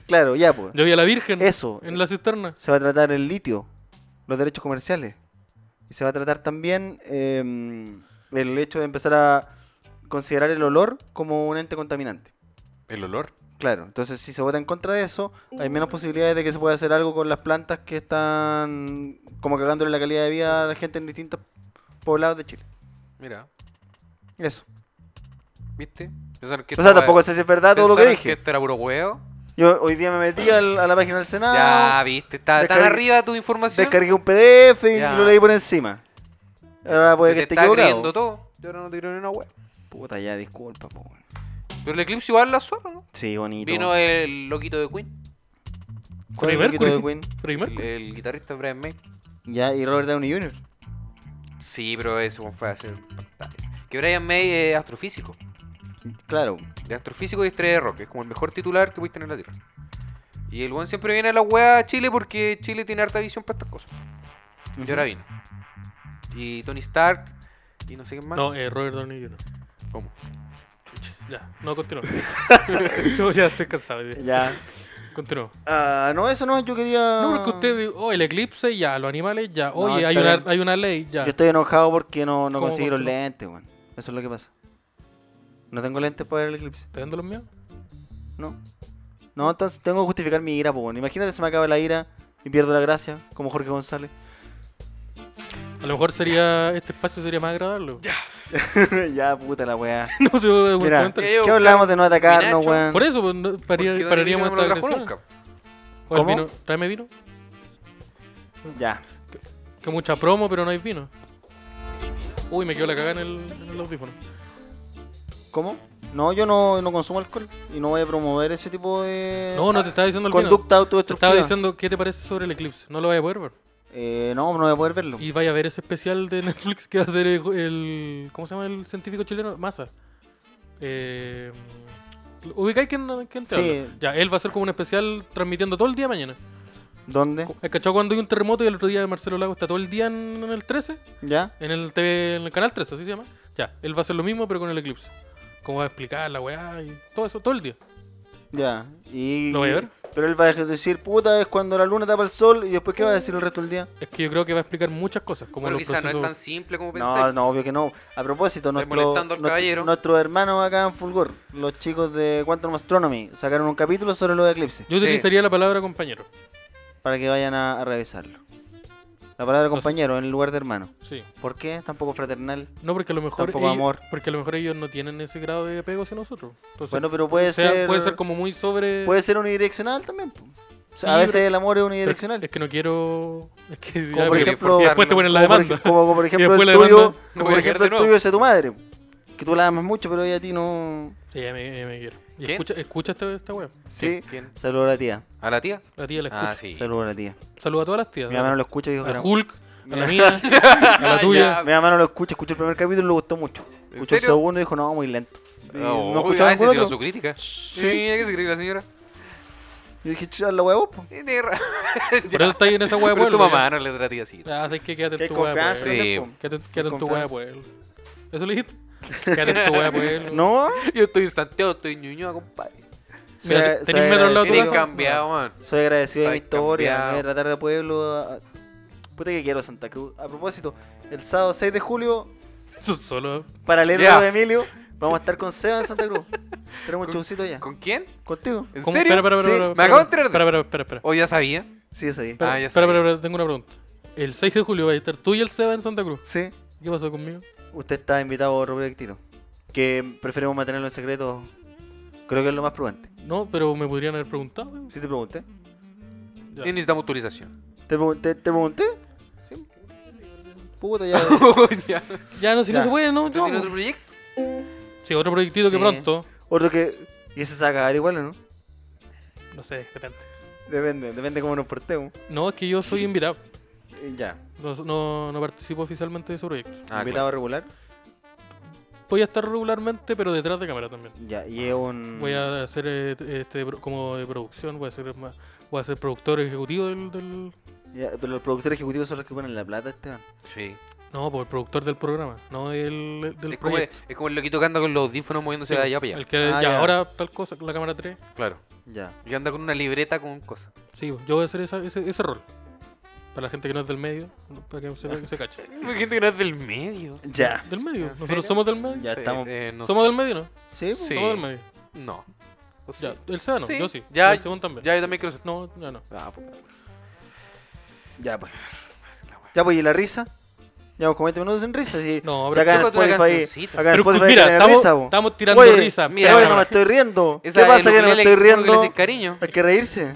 Speaker 3: Claro, ya, pues.
Speaker 2: Yo vi a la Virgen.
Speaker 3: Eso.
Speaker 2: En la cisterna.
Speaker 3: Se va a tratar el litio, los derechos comerciales. Y se va a tratar también eh, el hecho de empezar a considerar el olor como un ente contaminante.
Speaker 4: El olor.
Speaker 3: Claro, entonces si se vota en contra de eso, hay menos posibilidades de que se pueda hacer algo con las plantas que están como cagándole la calidad de vida a la gente en distintos poblados de Chile.
Speaker 4: Mira,
Speaker 3: Eso.
Speaker 4: ¿viste? Pensaron que
Speaker 3: O sea,
Speaker 4: esta
Speaker 3: tampoco
Speaker 4: weá-
Speaker 3: sé si es verdad todo lo que
Speaker 4: pensaron
Speaker 3: dije.
Speaker 4: esto era puro huevo.
Speaker 3: Yo hoy día me metí al- a la página del Senado,
Speaker 4: Ya, viste, está tan
Speaker 3: Descargué-
Speaker 4: arriba tu información.
Speaker 3: descargué un PDF y
Speaker 4: Ya.
Speaker 3: lo leí por encima. Ahora puede
Speaker 4: Se
Speaker 3: que
Speaker 4: te
Speaker 3: esté
Speaker 4: está creyendo
Speaker 3: equivocado.
Speaker 4: todo. Yo ahora no te creo ni una hueá.
Speaker 3: Puta, ya, disculpa, po. weón.
Speaker 4: Pero el eclipse igual la zorra, ¿no?
Speaker 3: Sí, bonito.
Speaker 4: Vino el loquito de Queen,
Speaker 3: ¿Cuál es
Speaker 2: Freddie
Speaker 3: el loquito de
Speaker 2: Mercury.
Speaker 3: Queen?
Speaker 2: Freddie
Speaker 4: el,
Speaker 2: Mercury.
Speaker 4: el guitarrista Brian May.
Speaker 3: Ya, y Robert Downey Jr.
Speaker 4: Sí, pero eso fue hace. Que Brian May es astrofísico.
Speaker 3: Claro.
Speaker 4: De astrofísico y estrella de rock. Es como el mejor titular que pudiste tener en la Tierra. Y el buen siempre viene a la wea a Chile porque Chile tiene harta visión para estas cosas. Y ahora vino. Y Tony Stark. Y no sé quién más.
Speaker 2: No, eh, Robert Downey Jr.
Speaker 4: ¿Cómo?
Speaker 2: Chucha, Ya, no, continúa. yo ya estoy cansado. ya.
Speaker 3: Ya.
Speaker 2: Continúa.
Speaker 3: Ah, no, eso no, yo quería.
Speaker 2: No, porque usted, dijo, oh, el eclipse, ya, los animales, ya. Oye,
Speaker 3: está
Speaker 2: hay, una,
Speaker 3: bien.
Speaker 2: hay una ley, ya.
Speaker 3: Yo estoy enojado porque no, no
Speaker 2: ¿Cómo
Speaker 3: conseguí los
Speaker 2: continúa?
Speaker 3: lentes, weón. Eso es lo que pasa. No tengo lentes para ver el eclipse.
Speaker 2: ¿Te dando los míos?
Speaker 3: No. No, entonces tengo que justificar mi ira, po. weón. Imagínate, se me acaba la ira y pierdo la gracia, como Jorge González.
Speaker 2: A lo mejor sería este espacio sería más agradable. Ya.
Speaker 3: ya, puta la weá.
Speaker 2: no se puede un
Speaker 3: Mira,
Speaker 2: comentario.
Speaker 3: ¿qué hablamos de no atacarnos,
Speaker 4: Pinacho.
Speaker 2: Por
Speaker 3: weón?
Speaker 2: eso, pues, no-
Speaker 4: Porque
Speaker 2: paría-
Speaker 4: Don Emilio
Speaker 2: pararíamos
Speaker 4: no me lo
Speaker 2: esta
Speaker 4: trajo
Speaker 2: agresión.
Speaker 4: nunca.
Speaker 2: Oye,
Speaker 3: ¿Cómo?
Speaker 2: vino, tráeme vino.
Speaker 3: Ya.
Speaker 2: Que mucha promo, pero no hay vino. Uy, me quedó la cagada en el, en el audífono.
Speaker 3: ¿Cómo? No, yo no, no consumo alcohol y no voy a promover ese tipo de
Speaker 2: No, no te estaba diciendo el vino.
Speaker 3: conducta
Speaker 2: Te
Speaker 3: autodestructiva.
Speaker 2: estaba diciendo qué te parece sobre el eclipse. No lo vaya a poder ver.
Speaker 3: Eh, no, no voy a poder verlo.
Speaker 2: Y vaya a ver ese especial de Netflix que va a hacer el. el- ¿Cómo se llama el científico chileno? Massa. Eh, ¿Ubicáis quién, quién te
Speaker 3: Sí.
Speaker 2: habla? Ya, él va a hacer como un especial transmitiendo todo el día mañana.
Speaker 3: ¿Dónde?
Speaker 2: ¿Has cachado cuando hay un terremoto y el otro día Marcelo Lago está todo el día en, en el 13?
Speaker 3: ¿Ya?
Speaker 2: En el TV, en el canal 13, así se llama. Ya, él va a hacer lo mismo pero con el eclipse. Cómo va a explicar la weá y todo eso, todo el día.
Speaker 3: Ya. Y...
Speaker 2: ¿Lo voy a ver?
Speaker 3: Pero él va a decir, puta, es cuando la luna tapa el sol y después, ¿qué va a decir el resto del día?
Speaker 2: Es que yo creo que va a explicar muchas cosas. Como
Speaker 4: Bueno,
Speaker 2: los
Speaker 4: quizás no es
Speaker 2: procesos-
Speaker 4: tan simple como pensáis.
Speaker 3: No, no, obvio que no. A propósito, nuestro,
Speaker 4: molestando al
Speaker 3: nuestro-
Speaker 4: caballero.
Speaker 3: nuestros hermanos acá en Fulgor, los chicos de Quantum Astronomy, sacaron un capítulo sobre los eclipses,
Speaker 2: Yo
Speaker 4: Sí.
Speaker 2: utilizaría la palabra compañero.
Speaker 3: para que vayan a, a revisarlo. La palabra compañero en lugar de hermano.
Speaker 2: Sí.
Speaker 3: ¿Por qué? Tampoco fraternal.
Speaker 2: No, porque a lo mejor
Speaker 3: Tampoco
Speaker 2: ellos,
Speaker 3: amor.
Speaker 2: porque a lo mejor ellos no tienen ese grado de apego hacia nosotros. Entonces,
Speaker 3: Bueno, pero puede
Speaker 2: Pues, o sea,
Speaker 3: ser...
Speaker 2: puede ser como muy sobre
Speaker 3: Puede ser unidireccional también. po. O sea,
Speaker 2: Sí,
Speaker 3: a veces
Speaker 2: pero-
Speaker 3: el amor es
Speaker 2: Pero
Speaker 3: unidireccional.
Speaker 2: Es que no quiero es que
Speaker 3: Como por
Speaker 2: porque-
Speaker 3: ejemplo-
Speaker 2: y después te ponen la
Speaker 3: como, por,
Speaker 2: demanda.
Speaker 3: ej- como por ejemplo
Speaker 2: después
Speaker 3: el
Speaker 2: la
Speaker 3: tuyo,
Speaker 2: demanda.
Speaker 4: No
Speaker 3: como
Speaker 4: voy a llegar
Speaker 3: por ejemplo
Speaker 4: de
Speaker 3: el
Speaker 4: nuevo.
Speaker 3: tuyo es de tu madre. Que tú la amas mucho, pero ella a ti no...
Speaker 2: Sí, ella me, ella me quiere. Y
Speaker 4: ¿Quién?
Speaker 2: escucha escucha esta esta wea.
Speaker 3: Sí.
Speaker 4: ¿Quién?
Speaker 3: Saludos a la tía.
Speaker 4: ¿A la tía?
Speaker 2: La tía la escucha.
Speaker 4: Ah, sí.
Speaker 3: Saludos a la tía.
Speaker 2: Saluda a todas las tías.
Speaker 3: Mi mamá no lo escucha y dijo que
Speaker 2: a
Speaker 3: era-
Speaker 2: Hulk, a la mía, a la tuya.
Speaker 4: Ya.
Speaker 3: Mi mamá no lo escucha, escuchó el primer capítulo y le gustó mucho.
Speaker 4: ¿En
Speaker 3: Escuchó el
Speaker 4: serio?
Speaker 3: segundo y dijo, no, muy lento. Y
Speaker 4: Oh,
Speaker 3: no
Speaker 4: uy,
Speaker 3: escuchaba
Speaker 4: ah, se
Speaker 3: ningún
Speaker 4: tiró
Speaker 3: otro.
Speaker 4: su crítica. Sí,
Speaker 3: Sí.
Speaker 4: ¿qué se cree la señora?
Speaker 3: Y dije, chal, la huevo, po.
Speaker 4: Tiene ra-
Speaker 2: Por eso está ahí en esa wea de
Speaker 4: Pero tu
Speaker 2: pueblo.
Speaker 4: mamá no le trata a ti así.
Speaker 2: ya. Ah, sabes que quédate
Speaker 3: Qué
Speaker 2: en tu wea de
Speaker 3: confianza,
Speaker 2: pueblo.
Speaker 4: sí.
Speaker 3: po.
Speaker 2: Quédate, quédate en tu
Speaker 3: confianza.
Speaker 2: wea de pueblo. Eso le dijiste. Quédate en tu wea pues. de pueblo.
Speaker 3: No,
Speaker 4: Yo estoy en Santiago, estoy en Ñuñoa, compadre.
Speaker 3: soy,
Speaker 2: tenés
Speaker 3: soy
Speaker 2: metro al lado
Speaker 4: Tienen
Speaker 2: tuyo.
Speaker 3: agradecido,
Speaker 4: cambiado, man.
Speaker 3: soy agradecido de mi
Speaker 4: Ay,
Speaker 3: historia,
Speaker 4: cambiado.
Speaker 3: de tratar de pueblo. a- a- Puta que quiero Santa Cruz. A propósito, el sábado 6 de julio,
Speaker 2: Eso solo.
Speaker 3: para leerlo
Speaker 4: Ya.
Speaker 3: de Emilio, vamos a estar con Seba en Santa Cruz. Tenemos un showcito ya.
Speaker 4: ¿Con quién?
Speaker 3: ¿Contigo?
Speaker 4: ¿En
Speaker 2: ¿Cómo?
Speaker 4: serio?
Speaker 2: Espera, espera,
Speaker 3: Sí.
Speaker 2: espera,
Speaker 4: Me
Speaker 2: espera.
Speaker 4: acabo de
Speaker 2: espera,
Speaker 4: enterar.
Speaker 2: Espera, espera, espera.
Speaker 4: ¿O ya sabía?
Speaker 3: Sí, eso ahí.
Speaker 2: Espera,
Speaker 4: Ah, ya
Speaker 2: espera,
Speaker 4: sabía.
Speaker 2: espera, tengo una pregunta. El 6 de julio va a estar tú y el Seba en Santa Cruz.
Speaker 3: Sí,
Speaker 2: ¿Qué pasó conmigo?
Speaker 3: usted está invitado, Roberto Tito. Que preferimos mantenerlo en secreto. Creo que es lo más prudente.
Speaker 2: No, pero me podrían haber preguntado.
Speaker 3: Si te pregunté.
Speaker 2: Ya.
Speaker 4: Y necesitamos autorización.
Speaker 3: ¿Te, pregun- te- te pregunté?
Speaker 4: Sí.
Speaker 3: Puta, ya.
Speaker 4: ya.
Speaker 2: Ya, no, si no
Speaker 3: Ya.
Speaker 2: se puede, no,
Speaker 4: ¿Tú
Speaker 2: no.
Speaker 4: tienes otro proyecto?
Speaker 2: Sí, otro proyectito que
Speaker 3: Sí.
Speaker 2: pronto.
Speaker 3: Otro que. Y ese se va a cagar igual, ¿o ¿no?
Speaker 2: No sé, depende.
Speaker 3: Depende, depende cómo nos portemos.
Speaker 2: No, es que yo soy invitado.
Speaker 3: Eh, Ya.
Speaker 2: No, no, no participo oficialmente de su proyecto.
Speaker 4: Ah,
Speaker 3: Invitado regular.
Speaker 2: Voy a estar regularmente, pero detrás de cámara también.
Speaker 3: Ya. Y es un.
Speaker 2: Voy a hacer eh, este, pro- como de producción, voy a ser más, voy a ser productor ejecutivo del, del-
Speaker 3: ya, pero los productores ejecutivos son los que ponen la plata, Esteban.
Speaker 4: claro. Sí.
Speaker 2: No, pues el productor del programa, no del, del
Speaker 4: Es como,
Speaker 2: proyecto.
Speaker 4: es como el loquito que anda con los audífonos moviéndose de allá para
Speaker 2: El
Speaker 4: allá.
Speaker 2: que
Speaker 3: Ah,
Speaker 2: ya,
Speaker 3: ya.
Speaker 2: ahora tal cosa, la cámara 3.
Speaker 4: Claro.
Speaker 3: Ya.
Speaker 4: Yo anda con una libreta con cosas.
Speaker 2: Sí, yo voy a hacer esa- ese, ese rol. Para la gente que no es del medio, para que se, se cache.
Speaker 4: Gente que no es del medio.
Speaker 3: Ya.
Speaker 2: Del medio, nosotros
Speaker 4: serio?
Speaker 2: somos del medio.
Speaker 3: Ya estamos.
Speaker 4: Eh, no
Speaker 2: somos del medio, ¿no?
Speaker 3: Sí, pues,
Speaker 4: Sí.
Speaker 2: Somos del medio.
Speaker 4: No. O
Speaker 2: Ya,
Speaker 4: sea,
Speaker 2: el Seba no,
Speaker 4: Sí,
Speaker 2: yo sí.
Speaker 4: ya-
Speaker 2: el segundo también.
Speaker 4: ya yo también quiero ser.
Speaker 2: No, ya no.
Speaker 4: Ah, pues.
Speaker 3: Ya, pues.
Speaker 4: la wea.
Speaker 3: Ya, pues, y la risa. Llevamos como 20 minutos en risa. Sí.
Speaker 2: No,
Speaker 3: Si
Speaker 2: pero
Speaker 3: acá en
Speaker 4: tócate una
Speaker 3: Spotify.
Speaker 4: cancioncita.
Speaker 3: Acá en
Speaker 2: Pero
Speaker 3: Spotify
Speaker 2: mira,
Speaker 3: tienen
Speaker 2: estamos,
Speaker 3: risa, po.
Speaker 2: estamos tirando
Speaker 3: Oye,
Speaker 2: risa.
Speaker 4: mira,
Speaker 3: Oye,
Speaker 2: Mira,
Speaker 3: no me estoy riendo. ¿Qué
Speaker 4: Esa es
Speaker 3: pasa que no me
Speaker 4: ukulele
Speaker 3: estoy
Speaker 4: que uno le
Speaker 3: riendo?
Speaker 4: dice cariño.
Speaker 3: Hay que reírse.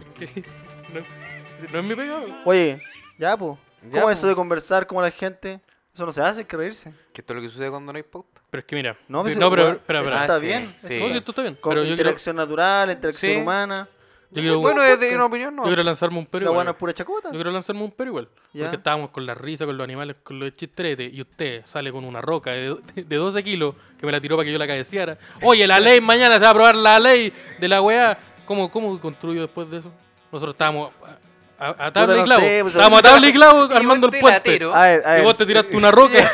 Speaker 2: no, no es mi pegado.
Speaker 3: Oye, ya, pues.
Speaker 4: Ya,
Speaker 3: ¿Cómo es
Speaker 4: po.
Speaker 3: eso de conversar como la gente? Eso no se hace, hay que reírse.
Speaker 4: Que esto es lo que sucede cuando no hay pauta.
Speaker 2: Pero es que mira.
Speaker 3: No,
Speaker 2: de-
Speaker 3: pero-
Speaker 2: no pero,
Speaker 3: bueno,
Speaker 2: espera,
Speaker 3: eso
Speaker 2: espera.
Speaker 3: está
Speaker 4: Ah, sí,
Speaker 3: bien.
Speaker 4: sí.
Speaker 2: No, sí, esto está bien.
Speaker 3: Con
Speaker 2: Pero yo quiero, yo
Speaker 3: interacción natural, interacción
Speaker 4: Sí.
Speaker 3: humana.
Speaker 2: quiero,
Speaker 4: Bueno, es de una opinión,
Speaker 2: yo
Speaker 4: ¿no?
Speaker 2: quiero lanzarme un pero
Speaker 3: la buena
Speaker 2: igual.
Speaker 3: es pura chacota.
Speaker 2: Yo quiero lanzarme un pero igual.
Speaker 3: Ya.
Speaker 2: Porque estábamos con la risa, con los animales, con los chistretes. Y usted sale con una roca de, de 12 kilos que me la tiró para que yo la cabeceara. Oye, la ley, mañana se va a aprobar la ley de la weá. ¿Cómo, cómo construyo después de eso? Nosotros estábamos a, a, a tabla
Speaker 3: no
Speaker 2: y clavo.
Speaker 3: sé, pues,
Speaker 2: estábamos a tabla y clavo
Speaker 4: Y
Speaker 2: armando
Speaker 4: vos
Speaker 2: el puente.
Speaker 4: te latero.
Speaker 3: A ver, a
Speaker 2: Y
Speaker 3: ver.
Speaker 2: vos te tiraste una roca.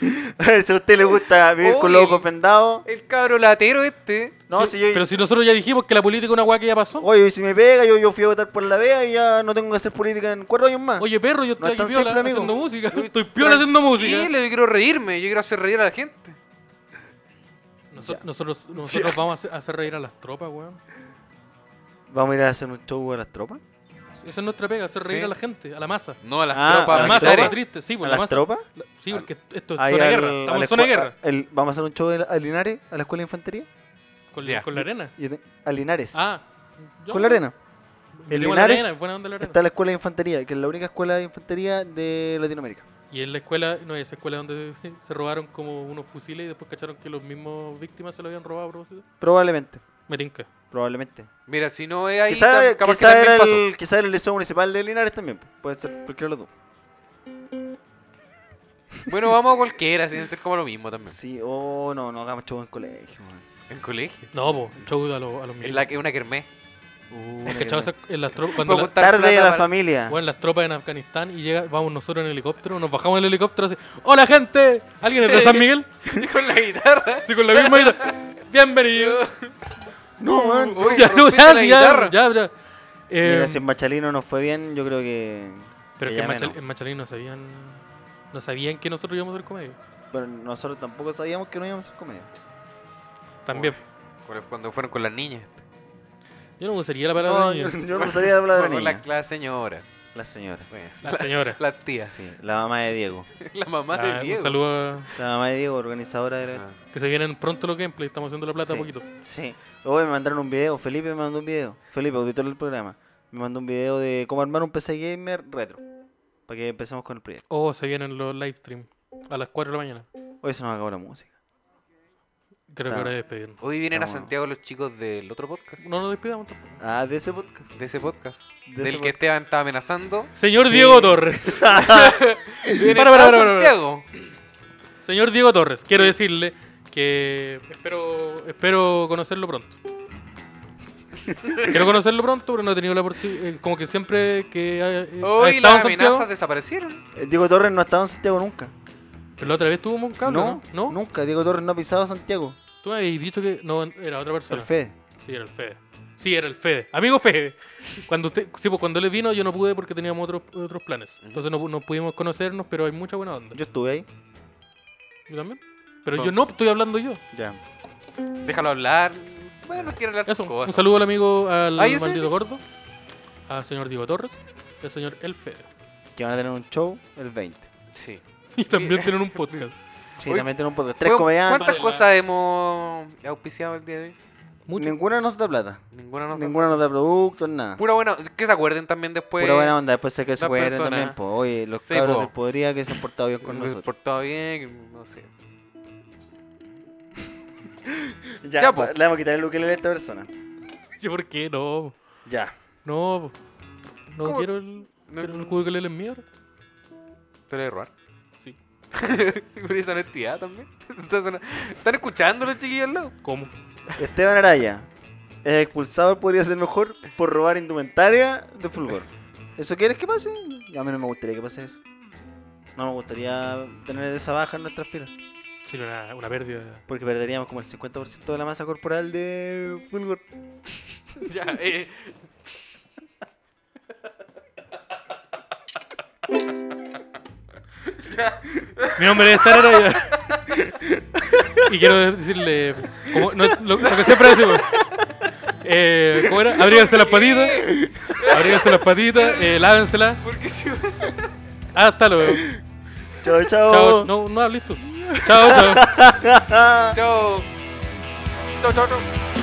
Speaker 3: a ver, si a usted le gusta vivir con los
Speaker 4: Oye.
Speaker 3: ojos vendados.
Speaker 4: El cabro latero este.
Speaker 3: No,
Speaker 2: Sí,
Speaker 3: si yo.
Speaker 2: Pero si nosotros ya dijimos que la política es una weá que ya pasó.
Speaker 3: Oye, si me pega, yo, yo fui a votar por la vea y ya no tengo que hacer política en cuatro años más.
Speaker 2: Oye, perro, yo
Speaker 3: No
Speaker 2: estoy
Speaker 3: es
Speaker 2: aquí
Speaker 3: tan
Speaker 2: piola
Speaker 3: simple, amigo.
Speaker 2: haciendo música. Estoy piola haciendo música.
Speaker 4: Tranquilo, Yo quiero reírme, yo quiero hacer reír a la gente.
Speaker 2: Noso- nosotros nosotros vamos a hacer, a hacer reír a las tropas, weón.
Speaker 3: ¿Vamos a ir a hacer un show a las tropas?
Speaker 2: Esa es nuestra pega, hacer reír
Speaker 4: Sí.
Speaker 2: a la gente, a la masa.
Speaker 4: No, a las
Speaker 3: Ah,
Speaker 2: A
Speaker 4: tropas
Speaker 2: la
Speaker 3: ¿a las
Speaker 2: masa,
Speaker 4: militares.
Speaker 2: está triste. Sí, pues, la
Speaker 3: ¿A las
Speaker 2: masa.
Speaker 3: tropas?
Speaker 2: La- Sí, porque esto es
Speaker 3: Ahí
Speaker 2: zona
Speaker 3: al-
Speaker 2: guerra.
Speaker 3: a
Speaker 2: Estamos
Speaker 3: la
Speaker 2: en zona
Speaker 3: escua-
Speaker 2: guerra.
Speaker 3: a- el- ¿Vamos a hacer un show a Linares? ¿A la escuela de infantería?
Speaker 2: Con,
Speaker 4: Ya.
Speaker 2: con la arena.
Speaker 3: Yo te- ¿A Linares?
Speaker 2: Ah. ya.
Speaker 3: ¿Con la arena? En
Speaker 2: Llevo la
Speaker 3: Linares
Speaker 2: arena, buena onda la arena.
Speaker 3: Está la escuela de infantería, que es la única escuela de infantería de Latinoamérica.
Speaker 2: Y en la escuela, no, esa escuela donde se robaron como unos fusiles y después cacharon que los mismos víctimas se lo habían robado a propósito.
Speaker 3: Probablemente,
Speaker 2: Me tinca.
Speaker 3: probablemente.
Speaker 4: Mira, si no es ahí,
Speaker 3: Quizá,
Speaker 4: tam- capaz
Speaker 3: quizá
Speaker 4: que también
Speaker 3: era
Speaker 4: pasó.
Speaker 3: el, quizá era el liceo municipal de Linares también. pues. Puede ser, cualquiera de los dos.
Speaker 4: Bueno, vamos a cualquiera, sin ser como lo mismo también.
Speaker 3: Sí, oh, no, no hagamos show en colegio, man.
Speaker 4: En colegio.
Speaker 2: No, po, show a, los- a los
Speaker 4: Es
Speaker 2: milicos.
Speaker 4: la, es una kermés.
Speaker 3: Uh,
Speaker 2: ¿Has cachado esa- en las tropas? Cuando
Speaker 4: Para
Speaker 2: la-
Speaker 4: juntar
Speaker 3: Tarde
Speaker 4: plata
Speaker 3: a la
Speaker 4: para-
Speaker 3: familia.
Speaker 2: Bueno, las tropas en Afganistán y llega, vamos nosotros en helicóptero, nos bajamos del helicóptero así, ¡Hola gente! ¿Alguien es de San Miguel?
Speaker 4: Y con la guitarra.
Speaker 2: Así con la misma guitarra. ¡Bienvenido!
Speaker 3: No, man.
Speaker 4: Uy,
Speaker 2: ya, no,
Speaker 4: rompiste
Speaker 2: ya,
Speaker 4: la
Speaker 2: sí,
Speaker 4: guitarra.
Speaker 2: ya, ya, ya. Eh,
Speaker 3: Mira, si en Machalino nos fue bien, yo creo que.
Speaker 2: pero
Speaker 3: que
Speaker 2: es que en,
Speaker 3: ya
Speaker 2: Machal-
Speaker 3: menos.
Speaker 2: en Machalí no sabían, no sabían que nosotros íbamos a hacer comedia.
Speaker 3: Pero nosotros tampoco sabíamos que no íbamos a hacer comedia.
Speaker 2: También.
Speaker 4: Cuando- Cuando fueron con las niñas.
Speaker 2: Yo no usaría la palabra
Speaker 3: No,
Speaker 2: niño.
Speaker 3: yo, yo no sabía hablar de
Speaker 4: Con
Speaker 3: niña.
Speaker 4: la, la señora.
Speaker 3: La señora.
Speaker 4: Bueno,
Speaker 2: La señora.
Speaker 4: la tía.
Speaker 3: Sí, la mamá de Diego.
Speaker 4: La mamá
Speaker 2: Ah,
Speaker 4: de
Speaker 2: un
Speaker 4: Diego.
Speaker 2: saludo a-
Speaker 3: La mamá de Diego, organizadora de la.
Speaker 4: Ah.
Speaker 2: que se vienen pronto los gameplays, estamos haciendo la plata
Speaker 3: Sí.
Speaker 2: a poquito.
Speaker 3: Sí. Hoy me mandaron un video. Felipe me mandó un video. Felipe, auditor del programa. Me mandó un video de cómo armar un PC gamer retro. Para que empecemos con el proyecto.
Speaker 2: Oh, se vienen los live stream a las 4 de la mañana.
Speaker 3: Hoy se nos acabó la música.
Speaker 2: Creo
Speaker 3: Está.
Speaker 2: que hora de despedirnos.
Speaker 4: Hoy vienen
Speaker 3: Está
Speaker 4: a
Speaker 3: bueno.
Speaker 4: Santiago los chicos del otro podcast.
Speaker 2: No nos despidamos tampoco.
Speaker 3: Ah, de ese podcast.
Speaker 4: De ese podcast.
Speaker 3: De
Speaker 4: del
Speaker 3: ese
Speaker 4: que
Speaker 3: podcast.
Speaker 4: Esteban estaba amenazando.
Speaker 2: Señor Diego Torres.
Speaker 4: Viene
Speaker 2: para, para,
Speaker 4: a
Speaker 2: para, para.
Speaker 4: Santiago.
Speaker 2: Señor Diego Torres, quiero decirle que espero, espero conocerlo pronto. Quiero conocerlo pronto, pero no he tenido la posibilidad. Como que siempre que ha, eh, ha estado
Speaker 4: Hoy
Speaker 2: en
Speaker 4: las
Speaker 2: Santiago.
Speaker 4: amenazas desaparecieron.
Speaker 3: Eh, Diego Torres no ha estado en Santiago nunca.
Speaker 2: Pero la otra vez tuvo un cable, ¿no? ¿No?
Speaker 3: nunca. Diego Torres no ha pisado Santiago.
Speaker 2: Tú me habías dicho que no era otra persona.
Speaker 3: El Fede.
Speaker 2: Sí, era el Fede. Sí, era el Fede. Amigo Fede. Cuando usted, sí, pues cuando él vino yo no pude porque teníamos otros, otros planes. Entonces no, pu- no pudimos conocernos, pero hay mucha buena onda. Yo,
Speaker 3: Yo estuve ahí.
Speaker 2: también. Pero
Speaker 3: No.
Speaker 2: yo no, estoy hablando yo.
Speaker 3: Ya.
Speaker 4: Déjalo hablar. Bueno, quiere hablar sus
Speaker 2: Eso, un
Speaker 4: cosas.
Speaker 2: saludo al amigo, al
Speaker 4: Ah, ¿y eso
Speaker 2: maldito gordo, al señor Diego Torres y al señor El Fede.
Speaker 3: Que van a tener un show el 20.
Speaker 4: Sí.
Speaker 2: Y también tienen un podcast.
Speaker 3: Sí,
Speaker 4: Oye,
Speaker 3: también tienen un podcast. Tres
Speaker 4: Bueno,
Speaker 3: comediantes.
Speaker 4: ¿Cuántas
Speaker 2: Vale,
Speaker 4: cosas hemos auspiciado el día de hoy?
Speaker 2: Mucho.
Speaker 3: Ninguna nos da plata.
Speaker 4: Ninguna nos da-
Speaker 3: Ninguna nos da productos, nada.
Speaker 4: Pura buena. Que se acuerden también después.
Speaker 3: Pura buena onda, después sé que se
Speaker 4: la
Speaker 3: puede
Speaker 4: persona-
Speaker 3: también, po. Oye, los
Speaker 4: Sí,
Speaker 3: cabros
Speaker 4: po.
Speaker 3: del Podría que se han portado bien con
Speaker 4: Con
Speaker 3: nosotros.
Speaker 4: portado bien, que no sé.
Speaker 3: Ya,
Speaker 4: Ya, po.
Speaker 3: le vamos a quitar el look a esta persona.
Speaker 2: Yo, ¿Por qué? No,
Speaker 3: Ya.
Speaker 2: no, no
Speaker 4: ¿Cómo?
Speaker 2: quiero el,
Speaker 4: No-
Speaker 2: quiero el cubo que le es mío.
Speaker 4: Te lo voy a robar.
Speaker 2: Sí.
Speaker 4: Por esa honestidad también. Está sona- Están escuchando los chiquillos al lado.
Speaker 2: ¿Cómo?
Speaker 3: Esteban Araya es expulsado del Podría Ser Mejor por robar indumentaria de Fulgor. ¿Eso quieres que pase? A mí no me gustaría que pase eso. No me gustaría tener esa baja en nuestras filas.
Speaker 2: Sí, una, una pérdida.
Speaker 3: Porque perderíamos como el 50% de la masa corporal de Fulgor.
Speaker 4: Ya, eh.
Speaker 2: Mi nombre es Star Araya. y quiero decirle, como, no, lo, lo que siempre decimos. Eh, ¿Cómo era? Abríganse las patitas. Abríganse las patitas, eh, lávenselas.
Speaker 4: Porque si
Speaker 2: Hasta luego.
Speaker 3: Chao, chao.
Speaker 2: Chao. No, no hables tú. Chao, chao.
Speaker 4: Chao. Chao, chao, chao.